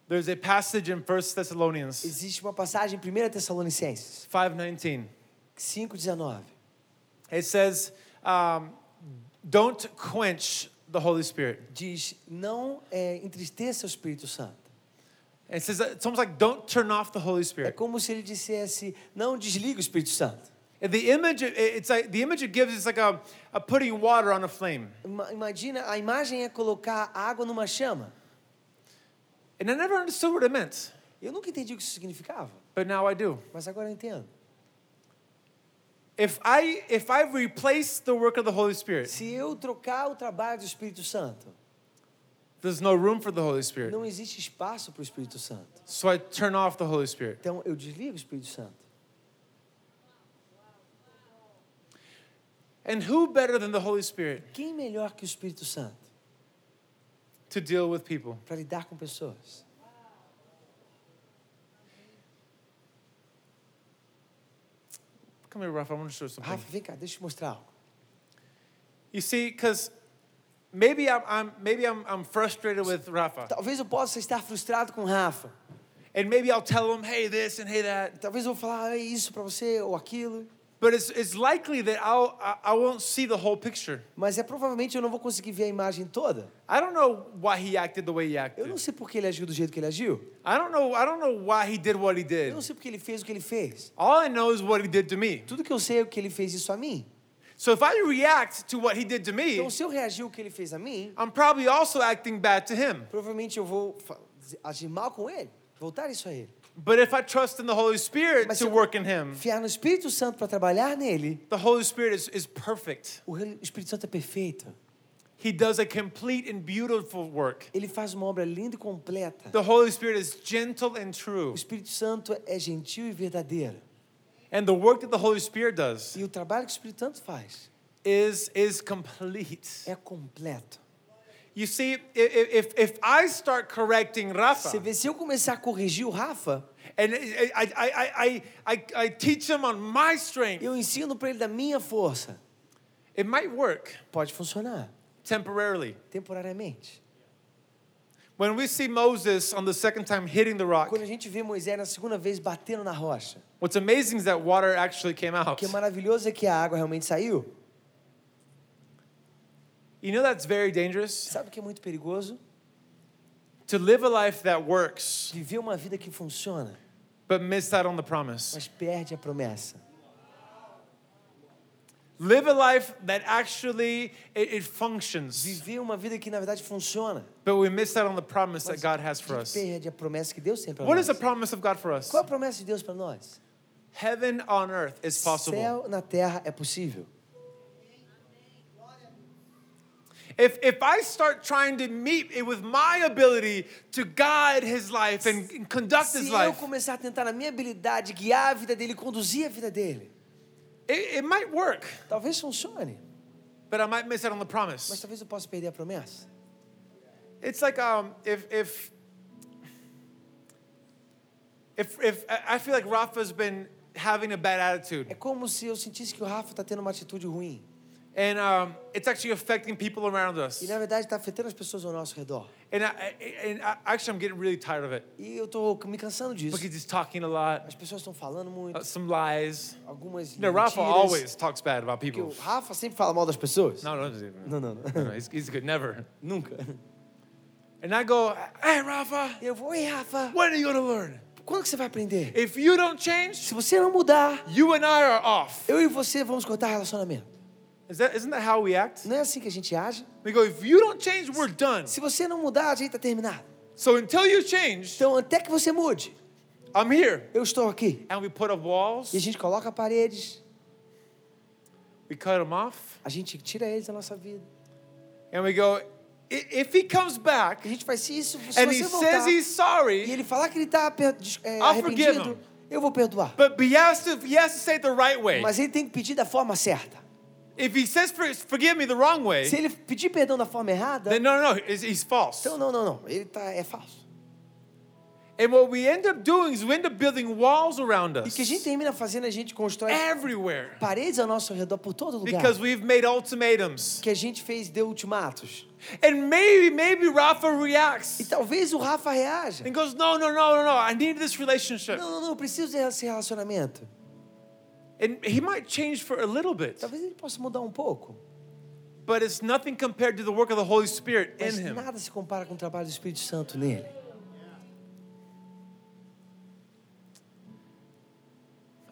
Speaker 2: There's a passage in 1 Thessalonians
Speaker 3: Existe uma passagem em 1 Tessalonicenses
Speaker 2: 5:19.
Speaker 3: 5,19.
Speaker 2: It says, um, "Don't quench the Holy Spirit."
Speaker 3: Diz, não é, entristeça o Espírito Santo.
Speaker 2: It says it's almost like don't turn off the Holy
Speaker 3: É
Speaker 2: Spirit.
Speaker 3: como se ele dissesse, não desliga o Espírito Santo.
Speaker 2: And the image it- it's like the image it gives is like a, a putting water on a flame.
Speaker 3: Ima- Imagina, a imagem é colocar água numa chama.
Speaker 2: And I never understood what it meant,
Speaker 3: Eu nunca entendi o que isso significava,
Speaker 2: but now I do.
Speaker 3: mas agora eu entendo.
Speaker 2: If I if I replace the work of the Holy Spirit,
Speaker 3: Se eu trocar o trabalho do Espírito Santo,
Speaker 2: there's no room for the Holy Spirit.
Speaker 3: não existe espaço para o Espírito Santo.
Speaker 2: So I turn off the Holy Spirit.
Speaker 3: Então eu desligo o Espírito Santo.
Speaker 2: And who better than the Holy Spirit
Speaker 3: Quem melhor que o Espírito Santo
Speaker 2: to deal with people?
Speaker 3: para lidar com pessoas?
Speaker 2: Come here, Rafa. I want to show you something.
Speaker 3: Rafa, vem cá, deixa eu te mostrar algo.
Speaker 2: You see, because maybe I'm, I'm maybe I'm, I'm frustrated with Rafa,
Speaker 3: Talvez eu possa estar frustrado com o Rafa.
Speaker 2: and maybe I'll tell him, "Hey, this and hey that."
Speaker 3: Talvez eu vou falar "Ah, isso para você ou aquilo.
Speaker 2: But it's, it's likely that I'll, I, I won't see the whole picture.
Speaker 3: Mas é provavelmente eu não vou conseguir ver a imagem toda.
Speaker 2: I don't know why he acted the way he
Speaker 3: Eu não
Speaker 2: acted.
Speaker 3: sei por que ele agiu do jeito que ele agiu.
Speaker 2: I don't know. I don't know why he did what he
Speaker 3: Eu
Speaker 2: did.
Speaker 3: não sei por que ele fez o que ele fez.
Speaker 2: All I know is what he did to me.
Speaker 3: Tudo que eu sei é que ele fez isso a mim.
Speaker 2: So if I react to what he did to
Speaker 3: Então,
Speaker 2: me,
Speaker 3: se eu reagir o que ele fez a mim,
Speaker 2: I'm probably also acting bad to him.
Speaker 3: provavelmente eu vou fa- agir mal com ele, voltar isso a ele.
Speaker 2: But if I trust in the Holy Spirit
Speaker 3: Mas
Speaker 2: to
Speaker 3: se eu
Speaker 2: work in him,
Speaker 3: Enfiar no Espírito Santo para trabalhar nele,
Speaker 2: the Holy Spirit is, is perfect.
Speaker 3: o re- o Espírito Santo é perfeito.
Speaker 2: He does a complete and beautiful work.
Speaker 3: Ele faz uma obra linda e completa.
Speaker 2: The Holy Spirit is gentle and true.
Speaker 3: O Espírito Santo é gentil e verdadeiro.
Speaker 2: And the work that the Holy Spirit does
Speaker 3: E o trabalho que o Espírito Santo faz
Speaker 2: is, is complete.
Speaker 3: é completo.
Speaker 2: You see, i- i- if, if I start correcting
Speaker 3: Você
Speaker 2: Rafa
Speaker 3: vê, se eu começar a corrigir o Rafa,
Speaker 2: and I, I, I, I, I, I teach him on my strength,
Speaker 3: eu ensino para ele da minha força.
Speaker 2: it might work
Speaker 3: Pode funcionar,
Speaker 2: temporarily.
Speaker 3: temporariamente.
Speaker 2: When we see Moses on the second time hitting the rock,
Speaker 3: Quando a gente vê Moisés na segunda vez batendo na rocha,
Speaker 2: what's amazing is that water actually came
Speaker 3: o
Speaker 2: out.
Speaker 3: que é maravilhoso é que a água realmente saiu.
Speaker 2: You know that's very dangerous?
Speaker 3: Sabe o que é muito perigoso?
Speaker 2: To live a life that works,
Speaker 3: Viver uma vida que funciona,
Speaker 2: but miss out on the promise.
Speaker 3: mas perde a promessa.
Speaker 2: Live a life that actually it, it functions,
Speaker 3: Viver uma vida que na verdade funciona,
Speaker 2: but we miss out on the promise that God has for
Speaker 3: mas
Speaker 2: us.
Speaker 3: perde a promessa que Deus tem para
Speaker 2: What is
Speaker 3: nós.
Speaker 2: the promise of God for us?
Speaker 3: Qual é a promessa de Deus para nós?
Speaker 2: Heaven on earth is possible.
Speaker 3: Céu na terra é possível.
Speaker 2: If if I start trying to meet it with my ability to guide his life and, and conduct
Speaker 3: Se
Speaker 2: his
Speaker 3: eu
Speaker 2: life,
Speaker 3: começar a tentar na minha habilidade guiar a vida dele, conduzir a vida dele,
Speaker 2: it, it might work,
Speaker 3: talvez funcione,
Speaker 2: but I might miss out on the
Speaker 3: mas
Speaker 2: promise.
Speaker 3: talvez eu possa perder a promessa.
Speaker 2: It's like um if if if if I I feel like Rafa's been having a bad
Speaker 3: É
Speaker 2: attitude,
Speaker 3: como se eu sentisse que o Rafa está tendo uma atitude ruim.
Speaker 2: and um, it's actually affecting people around us.
Speaker 3: E na verdade está afetando as pessoas ao nosso redor.
Speaker 2: And, I, I- and I, actually, I'm getting really tired of it
Speaker 3: E eu estou me cansando disso.
Speaker 2: because he's talking a lot,
Speaker 3: As pessoas estão falando muito,
Speaker 2: uh, some lies.
Speaker 3: algumas
Speaker 2: You know, Rafa
Speaker 3: mentiras.
Speaker 2: always talks bad about
Speaker 3: Porque o
Speaker 2: people.
Speaker 3: Rafa sempre fala mal das pessoas.
Speaker 2: No, no, no,
Speaker 3: Não, não, não.
Speaker 2: no, no he's, he's good, never.
Speaker 3: Nunca.
Speaker 2: And I go, hey, Rafa,
Speaker 3: Eu vou, ei, Rafa,
Speaker 2: when are you going to learn?
Speaker 3: quando que você vai aprender?
Speaker 2: If you don't change,
Speaker 3: Se você não mudar,
Speaker 2: you and I are off.
Speaker 3: eu e você vamos cortar relacionamento.
Speaker 2: Is that, isn't that how we act?
Speaker 3: Não é assim que a gente age?
Speaker 2: We go, if you don't change, we're done.
Speaker 3: Se você não mudar, a gente tá terminado.
Speaker 2: So until you change,
Speaker 3: Então, até que você mude,
Speaker 2: I'm here.
Speaker 3: eu estou aqui.
Speaker 2: And we put up
Speaker 3: E a
Speaker 2: walls,
Speaker 3: gente coloca paredes,
Speaker 2: we We cut him off
Speaker 3: A gente tira eles da nossa vida.
Speaker 2: and we go, "I- if he comes back
Speaker 3: A gente faz se isso, se
Speaker 2: and
Speaker 3: você
Speaker 2: he
Speaker 3: voltar
Speaker 2: says he's
Speaker 3: e
Speaker 2: sorry,
Speaker 3: ele falar que ele está é,
Speaker 2: I'll forgive
Speaker 3: arrependido,
Speaker 2: him.
Speaker 3: eu vou perdoar.
Speaker 2: but he has to, he has to say it the right way.
Speaker 3: Mas ele tem que pedir da forma certa.
Speaker 2: If he says, "For- forgive me the wrong way,
Speaker 3: Se ele pedir perdão da forma errada,
Speaker 2: then no, no, no, he's, he's false.
Speaker 3: então não, não, não. Ele tá, é falso.
Speaker 2: And what we end up doing is we end up building walls around
Speaker 3: E o que a gente
Speaker 2: us
Speaker 3: termina fazendo, a gente constrói
Speaker 2: everywhere
Speaker 3: paredes ao nosso redor por todo lugar.
Speaker 2: É. because we've made ultimatums.
Speaker 3: que a gente fez deu ultimatos.
Speaker 2: And maybe, maybe Rafa
Speaker 3: E
Speaker 2: reacts
Speaker 3: talvez o Rafa reaja.
Speaker 2: and goes, no, no, no, no, no, I need this relationship.
Speaker 3: Não, não, não, eu preciso desse relacionamento.
Speaker 2: And he might change for a little bit,
Speaker 3: Talvez ele possa mudar um pouco.
Speaker 2: but it's nothing compared to the work of the Holy Spirit in
Speaker 3: Mas
Speaker 2: him.
Speaker 3: nada se compara com o trabalho do Espírito Santo nele.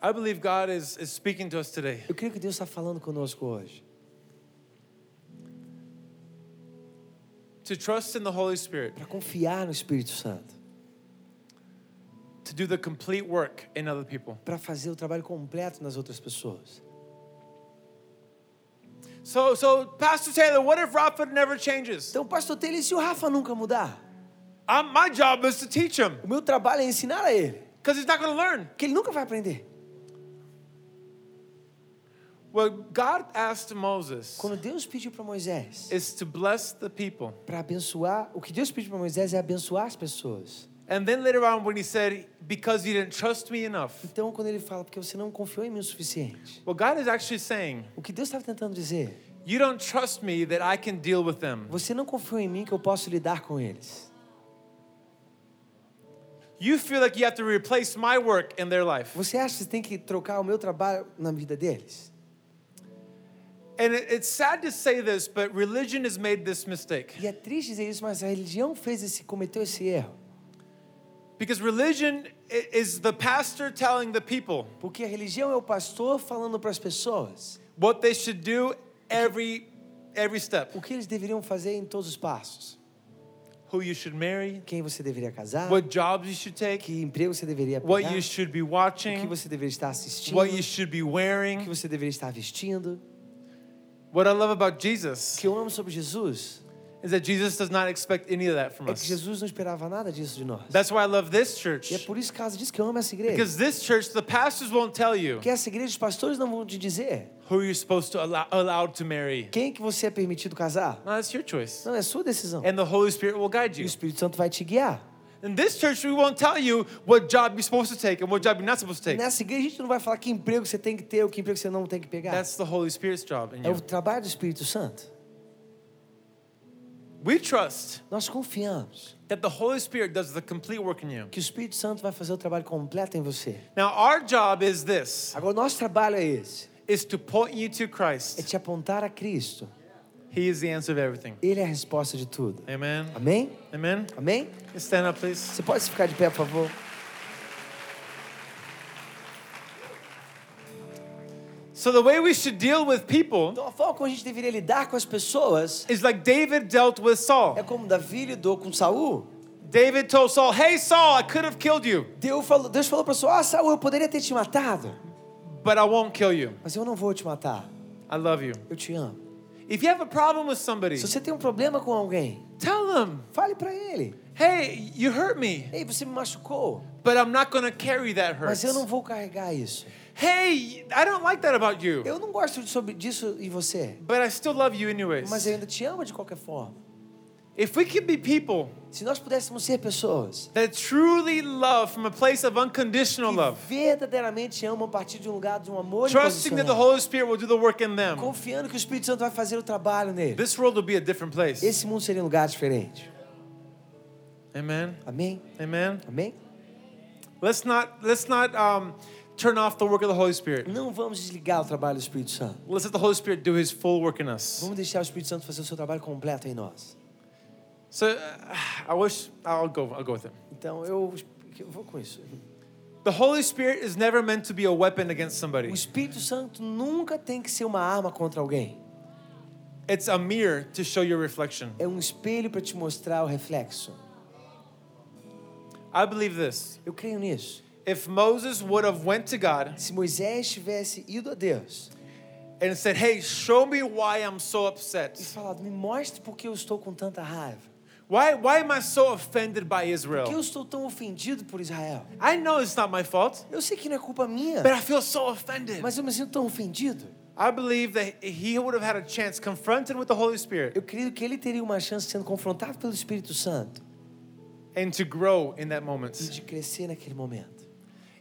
Speaker 2: I believe God is, is speaking to us today.
Speaker 3: Eu creio que Deus está falando conosco hoje.
Speaker 2: To trust in the Holy Spirit,
Speaker 3: Para confiar no Espírito Santo.
Speaker 2: to do the complete work in other people.
Speaker 3: Para fazer o trabalho completo nas outras pessoas.
Speaker 2: So, so Pastor Taylor, what if Rafa never changes?
Speaker 3: Então, pastor Taylor, e se o Rafa nunca mudar?
Speaker 2: I'm, my job is to teach him
Speaker 3: O meu trabalho é ensinar a ele.
Speaker 2: because he's not going to learn.
Speaker 3: Porque ele nunca vai aprender.
Speaker 2: What God asked Moses
Speaker 3: Quando Deus pediu para Moisés
Speaker 2: is to bless the people.
Speaker 3: para abençoar, o que Deus pediu para Moisés é abençoar as pessoas.
Speaker 2: And then later on, when he said, because you didn't trust me enough,
Speaker 3: Então, quando ele fala, porque você não confiou em mim o suficiente,
Speaker 2: what God is actually saying,
Speaker 3: o que Deus estava tentando dizer?
Speaker 2: you don't trust me that I can deal with them.
Speaker 3: Você não confiou em mim que eu posso lidar com eles.
Speaker 2: You feel like you have to replace my work in their life.
Speaker 3: Você acha que tem que trocar o meu trabalho na vida deles?
Speaker 2: And it, it's sad to say this, but religion has made this mistake.
Speaker 3: E é triste dizer isso, mas a religião fez esse, cometeu esse erro.
Speaker 2: Because religion i- is the pastor telling the people
Speaker 3: Porque a religião é o pastor falando para as pessoas
Speaker 2: what they should do every every step.
Speaker 3: o que eles deveriam fazer em todos os passos.
Speaker 2: Who you should marry,
Speaker 3: Quem você deveria casar,
Speaker 2: what jobs you should take,
Speaker 3: que emprego você deveria pegar,
Speaker 2: what you should be
Speaker 3: o que
Speaker 2: watching,
Speaker 3: você deveria estar assistindo,
Speaker 2: what you should be
Speaker 3: o que
Speaker 2: wearing.
Speaker 3: você deveria estar vestindo.
Speaker 2: What I love about
Speaker 3: O
Speaker 2: Jesus
Speaker 3: que eu amo sobre Jesus
Speaker 2: is that Jesus does not expect any of that from
Speaker 3: é que
Speaker 2: us.
Speaker 3: Jesus não esperava nada disso de nós.
Speaker 2: That's why I love this
Speaker 3: E é
Speaker 2: church.
Speaker 3: por isso, caso disso, que eu amo essa igreja.
Speaker 2: Because this church, the pastors won't tell you
Speaker 3: Porque essa igreja, os pastores não vão te dizer
Speaker 2: who you're supposed to allow allowed to marry.
Speaker 3: quem que você é permitido casar.
Speaker 2: No, that's your choice.
Speaker 3: Não, é sua decisão.
Speaker 2: And the Holy Spirit will guide
Speaker 3: E o
Speaker 2: you.
Speaker 3: Espírito Santo vai te guiar.
Speaker 2: In this church, we won't tell you what job you're supposed to take and what job you're not supposed to take.
Speaker 3: Nessa igreja, a gente não vai falar que emprego você tem que ter ou que emprego você não tem que pegar.
Speaker 2: That's the Holy Spirit's job in
Speaker 3: É o
Speaker 2: you.
Speaker 3: trabalho do Espírito Santo.
Speaker 2: We trust
Speaker 3: Nós confiamos
Speaker 2: that the Holy Spirit does the complete work in you.
Speaker 3: que o Espírito Santo vai fazer o trabalho completo em você.
Speaker 2: Now, our job is this,
Speaker 3: Agora, o nosso trabalho é esse.
Speaker 2: is to point you to
Speaker 3: É
Speaker 2: Christ.
Speaker 3: te apontar a Cristo.
Speaker 2: He is the answer of everything.
Speaker 3: Ele é a resposta de tudo.
Speaker 2: Amen.
Speaker 3: Amém?
Speaker 2: Amen.
Speaker 3: Amém?
Speaker 2: Stand up, please.
Speaker 3: Você pode ficar de pé, por favor?
Speaker 2: So the way we should deal with people
Speaker 3: Então a forma como a gente deveria lidar com as pessoas
Speaker 2: is like David dealt with
Speaker 3: é
Speaker 2: Saul.
Speaker 3: como Davi lidou com Saul.
Speaker 2: David told Saul, "Hey Saul, I could have killed you,
Speaker 3: Deus falou, Deus falou para Saul: Ah, Saul, eu poderia ter te matado,
Speaker 2: but I won't kill you.
Speaker 3: mas eu não vou te matar.
Speaker 2: I love you."
Speaker 3: Eu te amo.
Speaker 2: If you have a problem with somebody,
Speaker 3: Se você tem um problema com alguém,
Speaker 2: tell them,
Speaker 3: fale para ele:
Speaker 2: "Hey, you hurt me,
Speaker 3: Ei, você me machucou,
Speaker 2: but I'm not going to carry that
Speaker 3: mas
Speaker 2: hurt."
Speaker 3: eu não vou carregar isso.
Speaker 2: Hey, I don't like that about you.
Speaker 3: Eu não gosto de- sobre disso em você,
Speaker 2: But I still love you anyways.
Speaker 3: mas eu ainda te amo de qualquer forma.
Speaker 2: If we could be people
Speaker 3: Se nós pudéssemos ser pessoas
Speaker 2: that truly love from a place of unconditional
Speaker 3: que
Speaker 2: love,
Speaker 3: verdadeiramente amam a partir de um lugar de um amor
Speaker 2: trusting that the
Speaker 3: incondicional,
Speaker 2: Holy Spirit will do the work in them,
Speaker 3: confiando que o Espírito Santo vai fazer o trabalho nele,
Speaker 2: this world will be a different place.
Speaker 3: esse mundo seria um lugar diferente.
Speaker 2: Amen.
Speaker 3: Amém?
Speaker 2: Amen.
Speaker 3: Amém?
Speaker 2: Let's not let's not um, turn off the work of the Holy Spirit.
Speaker 3: Não vamos desligar o trabalho do Espírito Santo.
Speaker 2: Let's let the Holy Spirit do His full work in us.
Speaker 3: Vamos deixar o Espírito Santo fazer o seu trabalho completo em nós.
Speaker 2: So uh, I wish I'll go. I'll go with it.
Speaker 3: Então eu, eu vou com isso.
Speaker 2: The Holy Spirit is never meant to be a weapon against
Speaker 3: O
Speaker 2: somebody.
Speaker 3: Espírito Santo nunca tem que ser uma arma contra alguém.
Speaker 2: It's a mirror to show your reflection.
Speaker 3: É um espelho para te mostrar o reflexo.
Speaker 2: I believe this.
Speaker 3: Eu creio nisso.
Speaker 2: If Moses would have went to God
Speaker 3: Se Moisés tivesse ido a Deus
Speaker 2: and said, Hey, show me why I'm so
Speaker 3: e
Speaker 2: upset.
Speaker 3: falado: me mostre por que eu estou com tanta raiva.
Speaker 2: Why, why am I so offended by
Speaker 3: Por que eu
Speaker 2: Israel?
Speaker 3: estou tão ofendido por Israel?
Speaker 2: I know it's not my fault,
Speaker 3: Eu sei que não é culpa minha,
Speaker 2: but I feel so offended.
Speaker 3: mas eu me sinto tão ofendido.
Speaker 2: I believe that he would have had a chance confronted with the Holy Spirit
Speaker 3: Eu creio que ele teria uma chance sendo confrontado pelo Espírito Santo
Speaker 2: and to grow in that
Speaker 3: e
Speaker 2: moment
Speaker 3: de crescer naquele momento.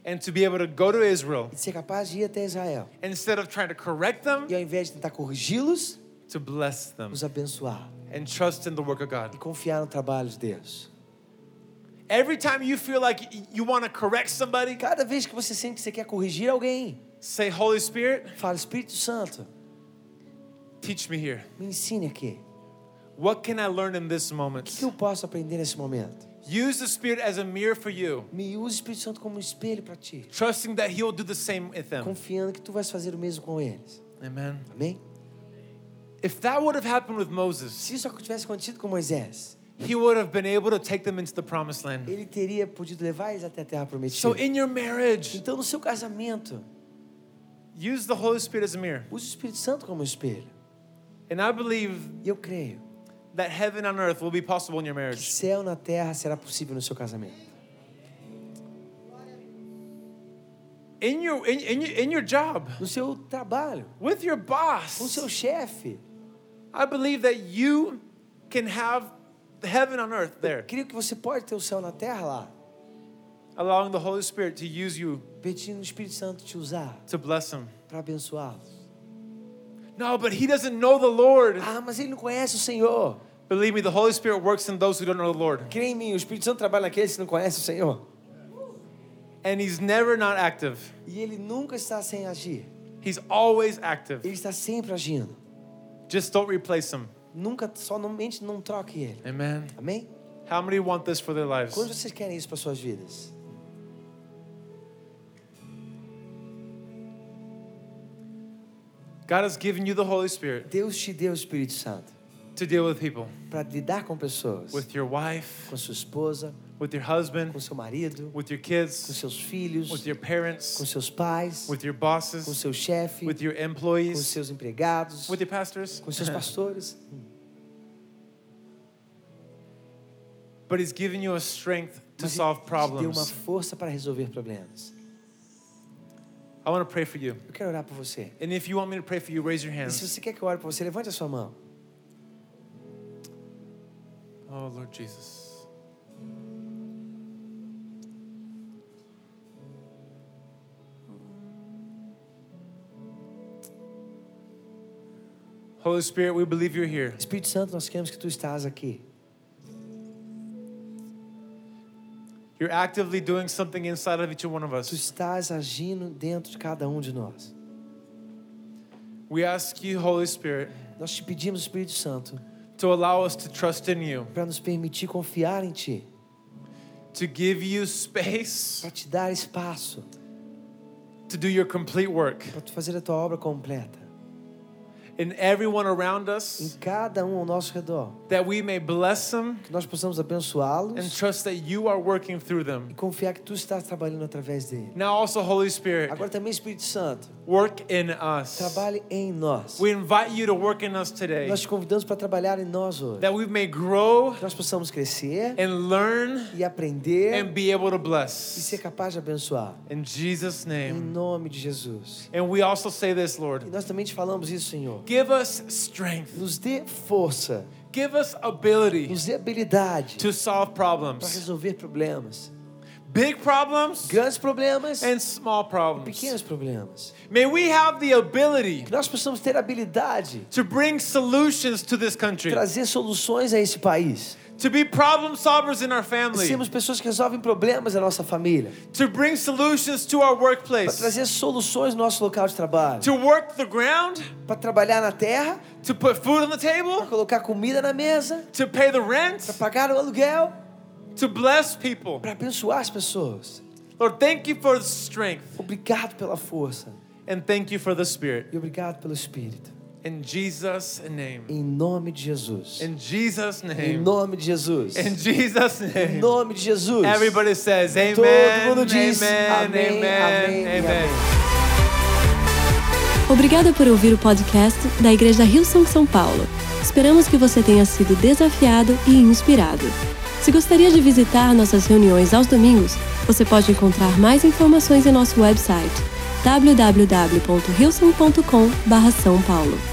Speaker 2: and to be able to go to Israel
Speaker 3: E de ser capaz de ir até Israel.
Speaker 2: instead of trying to correct them,
Speaker 3: E ao invés de tentar corrigi-los,
Speaker 2: to bless them
Speaker 3: os abençoar
Speaker 2: and trust in the work of God.
Speaker 3: e confiar no trabalho de Deus.
Speaker 2: Every time you feel like y- you want to correct somebody,
Speaker 3: Cada vez que você sente que você quer corrigir alguém,
Speaker 2: say, Holy Spirit,
Speaker 3: fala: Espírito Santo,
Speaker 2: teach me here.
Speaker 3: me ensine aqui.
Speaker 2: What can I learn in this
Speaker 3: O
Speaker 2: moment?
Speaker 3: que eu posso aprender nesse momento?
Speaker 2: Use the Spirit as a mirror for you,
Speaker 3: Me use o Espírito Santo como um espelho para ti,
Speaker 2: trusting that He will do the same with them.
Speaker 3: confiando que tu vais fazer o mesmo com eles.
Speaker 2: Amen.
Speaker 3: Amém?
Speaker 2: If that would have happened with Moses,
Speaker 3: Se isso tivesse acontecido com Moisés,
Speaker 2: he would have been able to take them into the promised land.
Speaker 3: ele teria podido levar eles até a terra prometida.
Speaker 2: So, in your marriage,
Speaker 3: Então, no seu casamento,
Speaker 2: use the Holy Spirit as a mirror.
Speaker 3: use o Espírito Santo como um espelho.
Speaker 2: And I believe
Speaker 3: E eu creio
Speaker 2: that heaven on earth will be possible in your
Speaker 3: que
Speaker 2: marriage.
Speaker 3: céu na terra será possível no seu casamento.
Speaker 2: In your, in, in, your- in your job,
Speaker 3: No seu trabalho,
Speaker 2: with your
Speaker 3: com o
Speaker 2: boss,
Speaker 3: seu chefe.
Speaker 2: I believe that you can have heaven on earth there,
Speaker 3: Creio que você pode ter o céu na terra lá,
Speaker 2: allowing the Holy Spirit to use you
Speaker 3: pedindo o Espírito Santo te usar
Speaker 2: to bless him.
Speaker 3: para abençoá-los.
Speaker 2: No, but he doesn't know the Lord.
Speaker 3: Ah, mas ele não conhece o Senhor.
Speaker 2: Believe me, the Holy Spirit works in those who don't know the Lord.
Speaker 3: Creia em mim, o Espírito Santo trabalha naqueles que não conhecem o Senhor.
Speaker 2: And he's never not active.
Speaker 3: E ele nunca está sem agir.
Speaker 2: He's always active.
Speaker 3: Ele está sempre agindo.
Speaker 2: Just don't replace him.
Speaker 3: Nunca, só não mente, não troque ele.
Speaker 2: Amen.
Speaker 3: Amém?
Speaker 2: How many want this for their lives?
Speaker 3: Quantos vocês querem isso para suas vidas?
Speaker 2: God has given you the Holy Spirit
Speaker 3: Deus te deu o Espírito Santo
Speaker 2: to deal with people,
Speaker 3: para lidar com pessoas.
Speaker 2: with your wife,
Speaker 3: Com sua esposa,
Speaker 2: with your
Speaker 3: com
Speaker 2: husband,
Speaker 3: seu marido,
Speaker 2: with your
Speaker 3: com
Speaker 2: kids,
Speaker 3: seus filhos,
Speaker 2: with your
Speaker 3: com
Speaker 2: parents,
Speaker 3: seus pais,
Speaker 2: with your
Speaker 3: com
Speaker 2: bosses,
Speaker 3: seu chefe,
Speaker 2: with your
Speaker 3: com
Speaker 2: employees,
Speaker 3: seus empregados,
Speaker 2: with your pastors.
Speaker 3: com seus pastores.
Speaker 2: But he's given you a strength to
Speaker 3: Mas
Speaker 2: solve
Speaker 3: ele Te deu uma
Speaker 2: problems.
Speaker 3: força para resolver problemas.
Speaker 2: I want to pray for you.
Speaker 3: Eu quero orar por você.
Speaker 2: And if you want me to pray for you, raise your
Speaker 3: E se
Speaker 2: hands.
Speaker 3: você quer que eu ore por você, levante a sua mão.
Speaker 2: Oh, Lord Jesus. Holy Spirit, we believe you're here.
Speaker 3: Espírito Santo, nós queremos que tu estás aqui.
Speaker 2: You're actively doing something inside of each one of
Speaker 3: Tu
Speaker 2: us.
Speaker 3: estás agindo dentro de cada um de nós.
Speaker 2: We ask you, Holy Spirit,
Speaker 3: Nós te pedimos, Espírito Santo,
Speaker 2: to allow us to trust in you,
Speaker 3: para nos permitir confiar em ti,
Speaker 2: to give you space
Speaker 3: para te dar espaço,
Speaker 2: to do your complete work
Speaker 3: para tu fazer a tua obra completa
Speaker 2: in everyone around
Speaker 3: em
Speaker 2: us,
Speaker 3: cada um ao nosso redor.
Speaker 2: that we may bless them
Speaker 3: Que nós possamos
Speaker 2: and
Speaker 3: abençoá-los
Speaker 2: trust that you are working through them.
Speaker 3: e confiar que tu estás trabalhando através dele.
Speaker 2: Now, also, Holy Spirit,
Speaker 3: Agora também, Espírito Santo,
Speaker 2: work in us.
Speaker 3: trabalhe em nós.
Speaker 2: We invite you to work in us today
Speaker 3: Nós te convidamos para trabalhar em nós hoje.
Speaker 2: that we may grow
Speaker 3: Que nós possamos crescer
Speaker 2: and learn
Speaker 3: e aprender
Speaker 2: and be able to
Speaker 3: e ser
Speaker 2: bless.
Speaker 3: capaz de abençoar.
Speaker 2: In Jesus'
Speaker 3: Em
Speaker 2: name.
Speaker 3: nome de Jesus.
Speaker 2: And we also say this,
Speaker 3: E
Speaker 2: Lord
Speaker 3: nós também te falamos isso, Senhor.
Speaker 2: give us strength,
Speaker 3: Nos dê força,
Speaker 2: give us ability
Speaker 3: nos dê habilidade
Speaker 2: to solve
Speaker 3: para
Speaker 2: problems
Speaker 3: resolver problemas.
Speaker 2: big problems
Speaker 3: Grandes problemas
Speaker 2: and small problems.
Speaker 3: pequenos problemas.
Speaker 2: May we have the ability
Speaker 3: Que nós possamos ter habilidade,
Speaker 2: to bring solutions to this country,
Speaker 3: trazer soluções a esse país.
Speaker 2: to be problem solvers in our family,
Speaker 3: Sermos pessoas que resolvem problemas da nossa família.
Speaker 2: to bring solutions to our
Speaker 3: Para
Speaker 2: workplace.
Speaker 3: trazer soluções no nosso local de trabalho.
Speaker 2: to work the ground,
Speaker 3: Para trabalhar na terra,
Speaker 2: to put food on the
Speaker 3: para
Speaker 2: table,
Speaker 3: colocar comida na mesa,
Speaker 2: to pay the
Speaker 3: para
Speaker 2: rent,
Speaker 3: pagar o aluguel.
Speaker 2: to bless people.
Speaker 3: para abençoar as pessoas.
Speaker 2: Lord, thank you for the strength
Speaker 3: Obrigado pela força
Speaker 2: and thank you for the spirit.
Speaker 3: e obrigado pelo Espírito.
Speaker 2: In Jesus' name.
Speaker 3: Em nome de Jesus.
Speaker 2: In Jesus'
Speaker 3: Em
Speaker 2: name.
Speaker 3: nome de Jesus.
Speaker 2: In Jesus'
Speaker 3: Em
Speaker 2: name.
Speaker 3: nome de Jesus.
Speaker 2: Everybody says amen.
Speaker 3: Todo mundo diz
Speaker 2: amen,
Speaker 3: amém,
Speaker 2: amen,
Speaker 3: amém e
Speaker 2: amen.
Speaker 3: amém.
Speaker 1: Obrigada por ouvir o podcast da Igreja Hillsong São Paulo. Esperamos que você tenha sido desafiado e inspirado. Se gostaria de visitar nossas reuniões aos domingos, você pode encontrar mais informações em nosso website www.hillsong.com/são paulo.